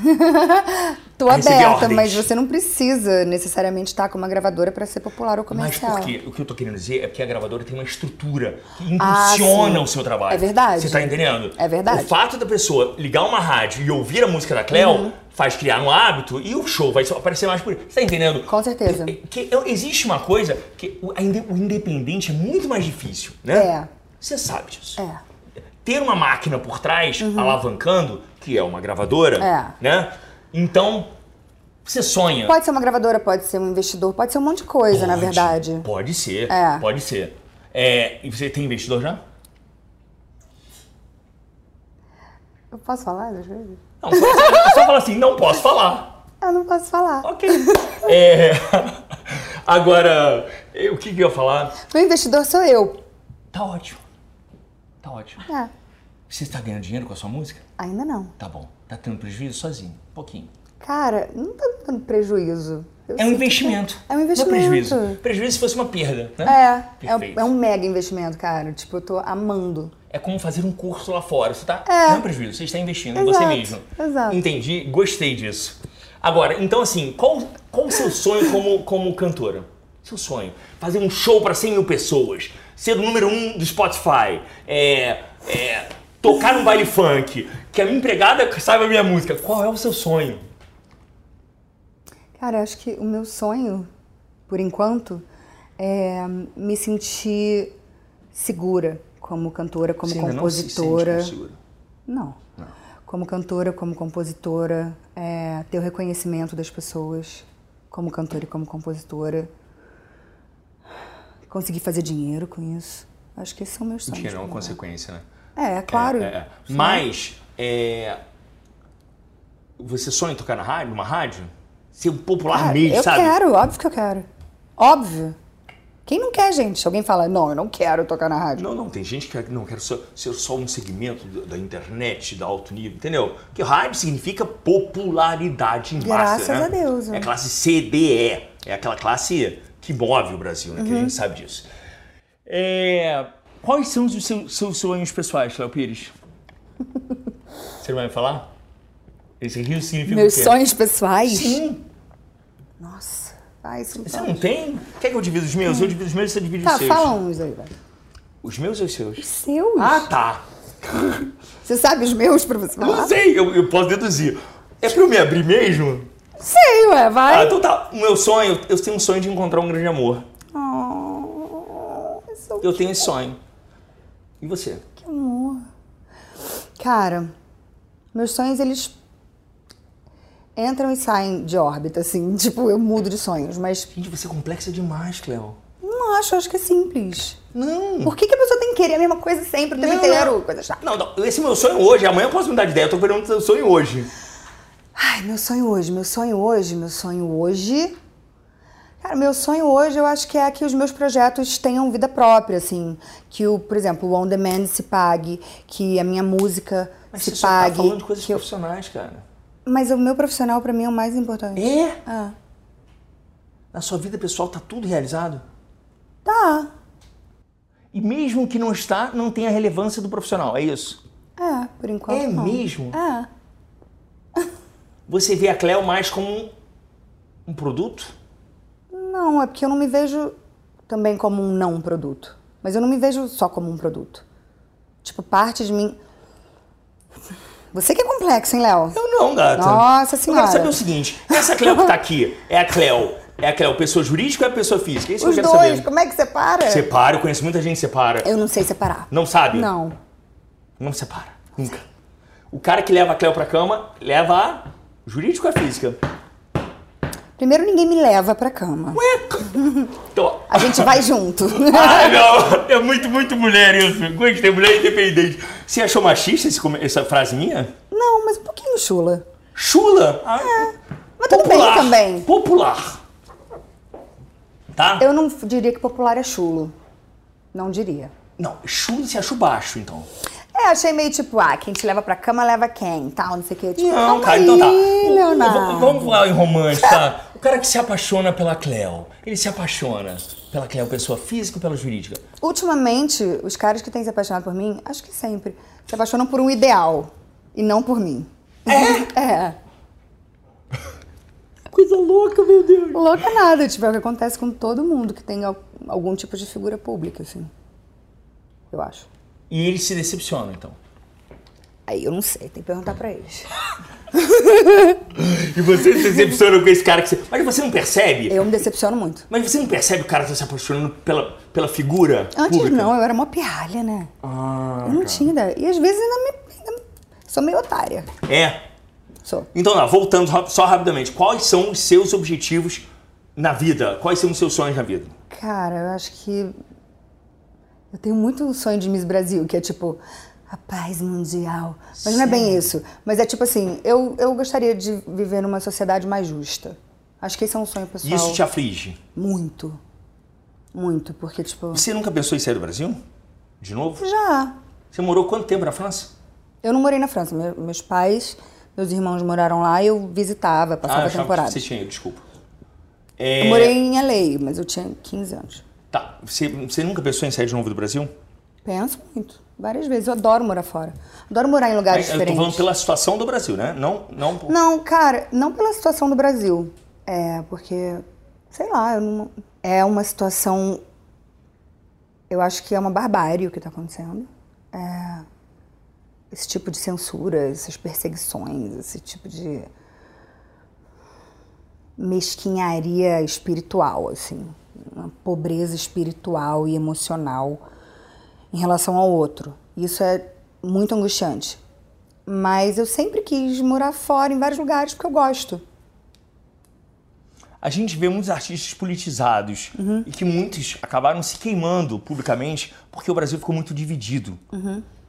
S3: Tô
S2: a receber
S3: aberta,
S2: ordens.
S3: mas você não precisa necessariamente estar com uma gravadora pra ser popular ou
S2: Mas
S3: comercial.
S2: por quê? O que eu tô querendo dizer é que a gravadora tem uma estrutura que
S3: Ah,
S2: impulsiona
S3: sim.
S2: o seu trabalho.
S3: É verdade.
S2: Você tá entendendo?
S3: É verdade.
S2: O fato da pessoa ligar uma rádio e ouvir a música da Cleo
S3: Uhum.
S2: faz criar um hábito e o show vai só aparecer mais por. Você tá entendendo?
S3: Com certeza.
S2: É, que é- existe uma coisa que o, a inde- o independente é muito mais difícil, né?
S3: É.
S2: Você sabe disso.
S3: É. Uhum.
S2: Ter uma máquina por trás alavancando, que é uma gravadora,
S3: É.
S2: né? Então, você sonha.
S3: Pode ser uma gravadora, pode ser um investidor, pode ser um monte de coisa, na
S2: Pode,
S3: verdade.
S2: Pode ser,
S3: É.
S2: pode ser. É, e você tem investidor já?
S3: Eu posso falar às vezes?
S2: Não, só, só- só fala assim, não posso falar.
S3: Eu não posso falar.
S2: Ok. É, agora, eu- o que, que eu ia falar?
S3: Meu investidor sou eu.
S2: Tá ótimo. Tá ótimo.
S3: É.
S2: Você está ganhando dinheiro com a sua música?
S3: Ainda não.
S2: Tá bom. Tá tendo prejuízo sozinho, um pouquinho.
S3: Cara, não tá me dando prejuízo. Eu
S2: É um
S3: sei que
S2: investimento.
S3: É um
S2: Não
S3: investimento.
S2: é prejuízo. Prejuízo se fosse uma perda, né?
S3: É, é, um-
S2: Perfeito.
S3: é um mega investimento, cara. Tipo, eu tô amando.
S2: É como fazer um curso lá fora. Você tá
S3: É.
S2: não é um prejuízo, você está investindo em você
S3: Exato,
S2: mesmo.
S3: exato.
S2: Entendi, gostei disso. Agora, então assim, qual, qual o seu sonho como, como cantora? Seu sonho. Fazer um show para 100 mil pessoas, ser o número um do Spotify, é, é, tocar num baile funk, que a minha empregada saiba a minha música. Qual é o seu sonho?
S3: Cara, eu acho que o meu sonho, por enquanto, é me sentir segura como cantora, como
S2: Você ainda não se sente
S3: compositora.
S2: como segura.
S3: Não. Como cantora, como compositora, é, ter o reconhecimento das pessoas como cantora e como compositora. Conseguir fazer dinheiro com isso. Acho que esses são meus sonhos.
S2: Dinheiro é uma
S3: por
S2: consequência, né?
S3: agora. É, claro.
S2: É, é. Mas, é, você sonha em tocar na rádio, numa rádio? Ser um popular
S3: Ah,
S2: mesmo,
S3: eu
S2: sabe?
S3: quero, óbvio que eu quero. Óbvio. Quem não quer, gente? Alguém fala, não, eu não quero tocar na rádio.
S2: Não, não, tem gente que não quer só- ser só um segmento do- da internet, da alto nível, entendeu? Porque rádio significa popularidade em massa,
S3: Graças
S2: né?
S3: a Deus,
S2: É
S3: né?
S2: a classe CDE, é aquela classe que move o Brasil, né? Que
S3: Uhum.
S2: a gente sabe disso. É, Quais são os seus, seus sonhos pessoais, Léo Pires? Você não vai me falar? Esse rio significa
S3: Meus
S2: o quê?
S3: sonhos pessoais?
S2: Sim, é um
S3: Nossa. Ah, isso não
S2: você
S3: tá.
S2: não tem? Quer que eu divida os meus? Eu divido os meus e você divide os
S3: Tá,
S2: seus.
S3: fala uns aí, vai.
S2: Ah. Os meus ou os seus?
S3: Seus?
S2: Ah, tá.
S3: Você sabe os meus pra você
S2: Eu
S3: falar?
S2: Não sei, eu, eu posso deduzir. É pra eu me abrir mesmo?
S3: Sei, ué, vai.
S2: Ah, então tá. O meu sonho, eu tenho um sonho de encontrar um grande amor.
S3: Oh, isso-
S2: Eu tenho esse sonho. E você?
S3: Cara, meus sonhos, eles entram e saem de órbita, assim. Tipo, eu mudo de sonhos, mas
S2: Gente, você é complexa demais, Cleo.
S3: não acho, acho que é simples.
S2: Não.
S3: Por que, que a pessoa tem que querer a mesma coisa sempre, o tempo
S2: Não,
S3: inteiro?
S2: não.
S3: Coisa chata.
S2: Não, não. Esse é meu sonho hoje. Amanhã eu posso mudar de ideia. Eu tô querendo o seu sonho hoje.
S3: Ai, meu sonho hoje, meu sonho hoje, meu sonho hoje. Cara, meu sonho hoje eu acho que é que os meus projetos tenham vida própria, assim. Que, o, por exemplo, o On Demand se pague, que a minha música
S2: Mas
S3: se
S2: você só
S3: pague.
S2: tá falando de coisas
S3: que eu-
S2: profissionais, cara.
S3: Mas o meu profissional pra mim é o mais importante.
S2: É?
S3: Ah.
S2: Na sua vida pessoal tá tudo realizado?
S3: Tá.
S2: E mesmo que não está, não tem a relevância do profissional, é isso?
S3: É, por enquanto.
S2: é
S3: não.
S2: mesmo?
S3: É.
S2: Você vê a Cleo mais como um, um produto?
S3: Não, é porque eu não me vejo também como um não produto. Mas eu não me vejo só como um produto. Tipo, parte de mim. Você que é complexo, hein, Léo?
S2: Eu não, gata.
S3: Nossa
S2: Eu
S3: senhora.
S2: quero saber o seguinte: essa Cleo que tá aqui é a Cleo. É a Cleo, pessoa jurídica ou é a pessoa física? É isso
S3: Os
S2: que eu
S3: dois,
S2: quero saber.
S3: como é que separa?
S2: Separa, eu conheço muita gente que separa.
S3: Eu não sei separar.
S2: Não sabe?
S3: Não.
S2: Não separa. Nunca. O cara que leva a Cleo pra cama, leva a jurídico ou a física?
S3: Primeiro, ninguém me leva pra cama.
S2: Então,
S3: A gente vai junto.
S2: ah, não! É muito, muito mulher isso. Gostei, mulher independente. Você achou machista esse come- essa frase minha?
S3: não, mas um pouquinho chula.
S2: Chula! Ah,
S3: Mas tudo
S2: popular.
S3: bem também.
S2: Popular. Tá?
S3: Eu não f- diria que popular é chulo. Não diria.
S2: Não, chula se achou baixo, então.
S3: É, achei meio tipo, ah, quem te leva pra cama leva quem, tal, não sei o quê. Tipo,
S2: Não,
S3: calma
S2: cara,
S3: aí,
S2: então tá.
S3: Leonardo.
S2: V- v- Vamos lá em romance, tá? O cara que se apaixona pela Cleo, ele se apaixona pela Cleo, pessoa física ou pela jurídica?
S3: Ultimamente, os caras que têm se apaixonado por mim, acho que sempre, se apaixonam por um ideal e não por mim. É.
S2: Coisa louca, meu Deus.
S3: Louca nada, tipo, é o que acontece com todo mundo que tem al- algum tipo de figura pública, assim. Eu acho.
S2: E eles se decepcionam, então.
S3: Aí eu não sei, tem que perguntar pra eles.
S2: E você se decepciona com esse cara que você. Mas você não percebe?
S3: Eu me decepciono muito.
S2: Mas você não percebe o cara tá se apaixonando pela, pela figura?
S3: Antes
S2: pública?
S3: não, eu era uma pirralha, né?
S2: Ah,
S3: eu não tinha ideia. E às vezes ainda me, ainda me- Sou meio otária.
S2: É.
S3: Sou.
S2: Então, lá, voltando ra- só rapidamente. Quais são os seus objetivos na vida? Quais são os seus sonhos na vida?
S3: Cara, eu acho que. Eu tenho muito o sonho de Miss Brasil, que é tipo. A paz mundial. Mas não é bem isso. Mas é tipo assim, eu, eu gostaria de viver numa sociedade mais justa. Acho que esse é um sonho pessoal.
S2: Isso te aflige.
S3: Muito. Muito, porque, tipo.
S2: Você nunca pensou em sair do Brasil? De novo?
S3: Já.
S2: Você morou quanto tempo na França?
S3: Eu não morei na França. Me- meus pais, meus irmãos moraram lá e eu visitava,
S2: Ah, eu
S3: passava a
S2: achava
S3: temporada.
S2: que você tinha ido, desculpa.
S3: Eu morei em LA, mas eu tinha 15 anos.
S2: Tá, você, você nunca pensou em sair de novo do Brasil?
S3: Penso muito. Várias vezes. Eu adoro morar fora. Adoro morar em lugares
S2: É, eu tô
S3: diferentes.
S2: falando pela situação do Brasil, né? Não, não...
S3: Não, cara, não pela situação do Brasil. É, porque, sei lá, eu não- é uma situação. Eu acho que é uma barbárie o que tá acontecendo. É, esse tipo de censura, essas perseguições, esse tipo de mesquinharia espiritual, assim. Uma pobreza espiritual e emocional em relação ao outro. Isso é muito angustiante. Mas eu sempre quis morar fora, em vários lugares, porque eu gosto.
S2: A gente vê muitos artistas politizados e que muitos acabaram se queimando publicamente porque o Brasil ficou muito dividido.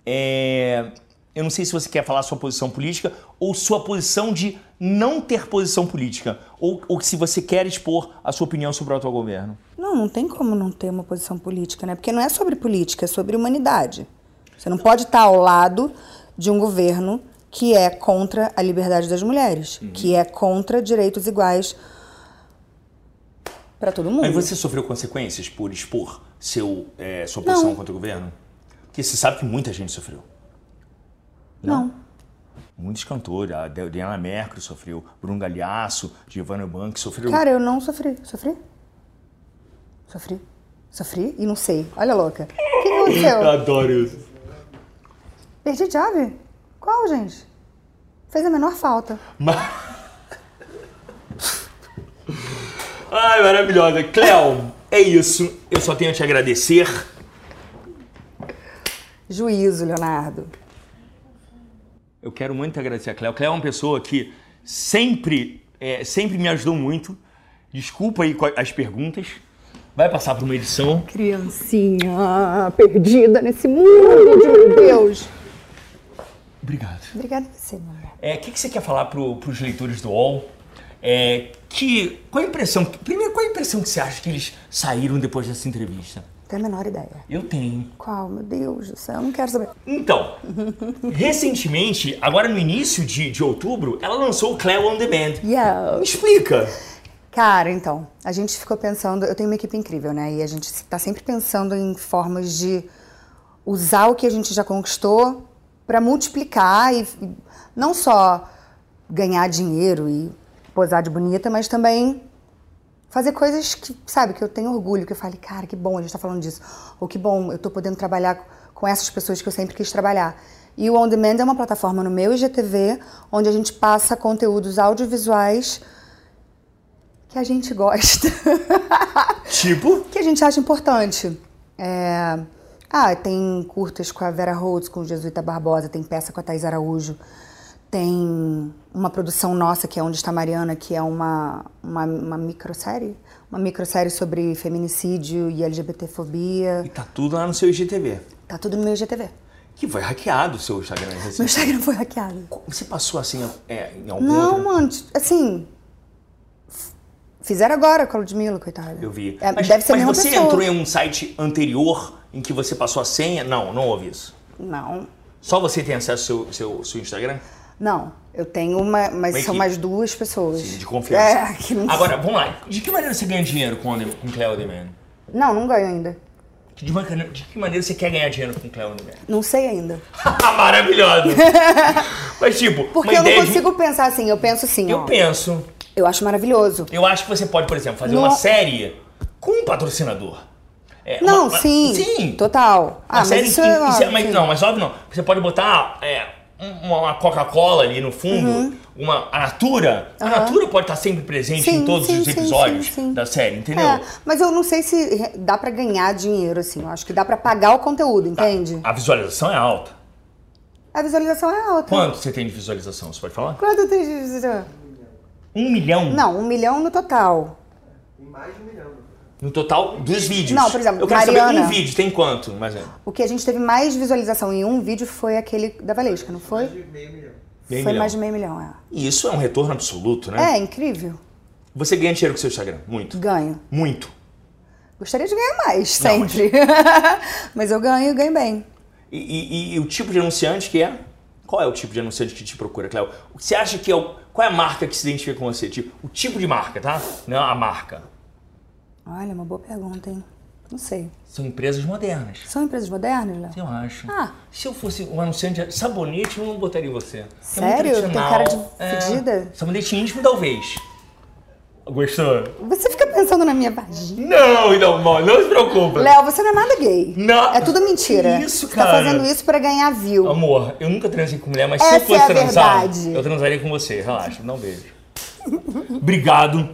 S2: É, Eu não sei se você quer falar sua posição política ou sua posição de não ter posição política ou, ou se você quer expor a sua opinião sobre o atual governo.
S3: Não, não tem como não ter uma posição política, né? Porque não é sobre política, é sobre humanidade. Você não pode estar ao lado de um governo que é contra a liberdade das mulheres, que é contra direitos iguais para todo mundo.
S2: Mas você sofreu consequências por expor seu, é, sua posição
S3: Não.
S2: contra o governo? Porque você sabe que muita gente sofreu.
S3: Não.
S2: Muitos cantores, a De- Diana Mercury sofreu, Bruno Galhaço, Giovanna Bank sofreu.
S3: Cara, eu não sofri. Sofri? Sofri? Sofri e não sei. Olha, louca. O que que aconteceu?
S2: adoro isso.
S3: Perdi a chave? Qual, gente? Fez a menor falta.
S2: Ai, maravilhosa. Cléo, é isso. Eu só tenho a te agradecer.
S3: Juízo, Leonardo.
S2: Eu quero muito agradecer a Cléo. Cléo é uma pessoa que sempre, é, sempre me ajudou muito. Desculpa aí com a- as perguntas. Vai passar por uma edição.
S3: Criancinha perdida nesse mundo, meu Deus.
S2: Obrigado.
S3: Obrigada a você, meu amor.
S2: É, O que, que você quer falar pro, pros leitores do UOL? É, que, qual a impressão? Primeiro, qual a impressão que você acha que eles saíram depois dessa entrevista?
S3: Não tenho a menor ideia.
S2: Eu tenho.
S3: Qual, meu Deus do céu, eu não quero saber.
S2: Então, recentemente, agora no início de, de outubro, ela lançou o Cleo On Demand.
S3: Yeah.
S2: Me explica.
S3: Cara, então, a gente ficou pensando. Eu tenho uma equipe incrível, né? E a gente tá sempre pensando em formas de usar o que a gente já conquistou pra multiplicar e e não só ganhar dinheiro e posar de bonita, mas também fazer coisas que, sabe, que eu tenho orgulho, que eu fale, cara, que bom a gente tá falando disso. Ou que bom, eu tô podendo trabalhar com essas pessoas que eu sempre quis trabalhar. E o On Demand é uma plataforma no meu IGTV, onde a gente passa conteúdos audiovisuais que a gente gosta,
S2: Tipo,
S3: que a gente acha importante. É, Ah, tem curtas com a Vera Holtz, com o Jesuíta Barbosa, tem peça com a Thais Araújo, tem uma produção nossa, que é Onde Está Mariana, que é uma, uma, uma microsérie, uma microsérie sobre feminicídio e LGBTfobia.
S2: e tá tudo lá no seu IGTV.
S3: Tá tudo no meu IGTV.
S2: Que foi hackeado o seu Instagram
S3: Meu
S2: recentemente.
S3: Instagram foi hackeado.
S2: Você passou assim é, em algum
S3: Não,
S2: outro?
S3: mano, t- assim... f- Fizeram agora com a Ludmilla, coitada.
S2: Eu vi.
S3: É,
S2: mas
S3: deve ser a
S2: mas
S3: mesma
S2: você
S3: pessoa.
S2: entrou em um site anterior em que você passou a senha? Não, não houve isso.
S3: Não,
S2: Só você tem acesso ao seu, seu, seu Instagram?
S3: Não, eu tenho uma, mas
S2: Uma
S3: são
S2: equipe.
S3: mais duas pessoas.
S2: De confiança.
S3: É, que não...
S2: Agora, vamos lá. De que maneira você ganha dinheiro com, o On Dem- com Cleo On Demand?
S3: Não, não ganho ainda.
S2: De, uma- de que maneira você quer ganhar dinheiro com Cléo Oliveira?
S3: Não sei ainda.
S2: Maravilhosa! Mas tipo,
S3: Porque
S2: uma
S3: eu não
S2: ideia de- um,
S3: consigo pensar assim, eu penso assim,
S2: Eu
S3: ó,
S2: penso,
S3: eu acho maravilhoso.
S2: eu acho que você pode, por exemplo, fazer
S3: No-
S2: uma série com um patrocinador. É,
S3: Não,
S2: uma- uma-
S3: sim.
S2: Sim.
S3: Total.
S2: Uma
S3: Ah,
S2: série
S3: mas isso
S2: que-
S3: é
S2: isso
S3: óbvio.
S2: mas, Não, mas óbvio não. Você pode botar é, um- uma, uma Coca-Cola ali no fundo,
S3: Uhum.
S2: uma, a Natura. A Natura pode estar sempre presente
S3: Sim,
S2: em todos
S3: sim,
S2: os
S3: sim,
S2: episódios
S3: sim, sim.
S2: da série, entendeu?
S3: É, mas eu não sei se re- dá pra ganhar dinheiro, assim. Eu acho que dá pra pagar o conteúdo,
S2: Tá.
S3: entende?
S2: A visualização é alta.
S3: Hum. A visualização é alta.
S2: Quanto você tem de visualização? Você pode falar?
S3: Quanto tem de visualização?
S2: Um milhão
S3: Não, um milhão no total.
S2: no total dos vídeos.
S3: Não, por exemplo,
S2: eu quero saber
S3: Mariana.
S2: um vídeo, tem quanto? Mais ou menos.
S3: O que a gente teve mais visualização em um vídeo foi aquele da Valesca, não foi?
S2: Meio
S3: foi
S2: Um milhão.
S3: mais de meio milhão, é.
S2: E Isso é um retorno absoluto, né?
S3: É, Hum. incrível.
S2: Você ganha dinheiro com seu Instagram? Muito.
S3: Ganho.
S2: Muito.
S3: Gostaria de ganhar mais,
S2: Não, mas-
S3: sempre. mas eu ganho e ganho bem.
S2: E, e- e o tipo de anunciante que é? Qual é o tipo de anunciante que te procura, Cléo? O que Você acha que é o. Qual é a marca que se identifica com você? Tipo, o tipo de marca, tá? Não a marca.
S3: Olha, uma boa pergunta, hein? Não sei.
S2: São empresas modernas.
S3: São empresas modernas, Léo?
S2: Eu acho.
S3: Ah.
S2: Se eu fosse um anunciante de sabonete, eu não botaria em você. É muito
S3: Sério? Tem
S2: tradicional.
S3: cara de
S2: É.
S3: fedida?
S2: Sabonete íntimo, talvez. Gostou?
S3: Você fica pensando na minha vagina.
S2: Não, não, não, não se preocupa.
S3: Léo, você não é nada gay.
S2: Não.
S3: É tudo mentira.
S2: Que isso,
S3: Você tá
S2: cara?
S3: fazendo isso pra ganhar view.
S2: Amor, eu nunca transei com mulher, mas
S3: Tipo, Essa
S2: se eu fosse
S3: é a
S2: transar,
S3: verdade.
S2: eu transaria com você. Relaxa, me dá um beijo. Obrigado.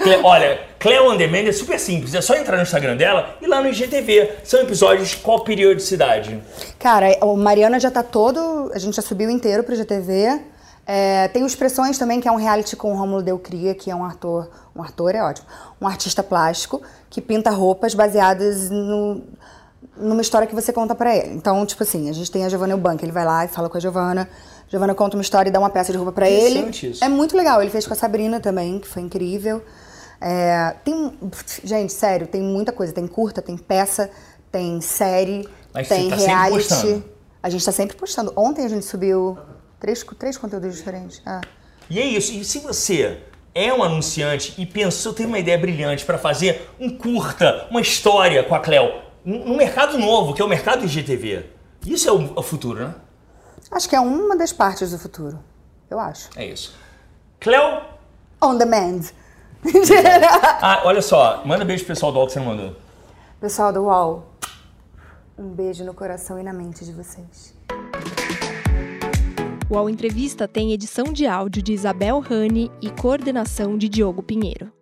S2: Cle- Olha, Cleo On Demand é super simples. É só entrar no Instagram dela e lá no IGTV. São episódios qual periodicidade?
S3: Cara, o Mariana já tá todo. A gente já subiu inteiro pro GTV. É, tem o Expressões também, que é um reality com o Rômulo Del Cria, que é um ator. Um ator é ótimo. Um artista plástico que pinta roupas baseadas no, numa história que você conta pra ele. Então, tipo assim, a gente tem a Giovanna Eubank, ele vai lá e fala com a Giovanna. Giovanna conta uma história e dá uma peça de roupa pra ele.
S2: Interessante isso.
S3: É muito legal. Ele fez com a Sabrina também, que foi incrível. É, tem. Gente, sério, tem muita coisa. Tem curta, tem peça, tem série,
S2: Mas você
S3: tem
S2: tá sempre
S3: reality.
S2: postando.
S3: a gente tá sempre postando. Ontem a gente subiu três, três conteúdos diferentes. É.
S2: E é isso. E se você é um anunciante e pensou, tem uma ideia brilhante pra fazer um curta, uma história com a Cleo, num num mercado novo, que é o mercado IGTV. Isso é o- o futuro, né?
S3: Acho que é uma das partes do futuro. Eu acho.
S2: É isso. Cleo
S3: On demand.
S2: Ah, olha só, manda beijo pro pessoal do UOL que você não mandou.
S3: Pessoal do UOL, um beijo no coração e na mente de vocês.
S1: O Ao Entrevista tem edição de áudio de Isabel Rani e coordenação de Diogo Pinheiro.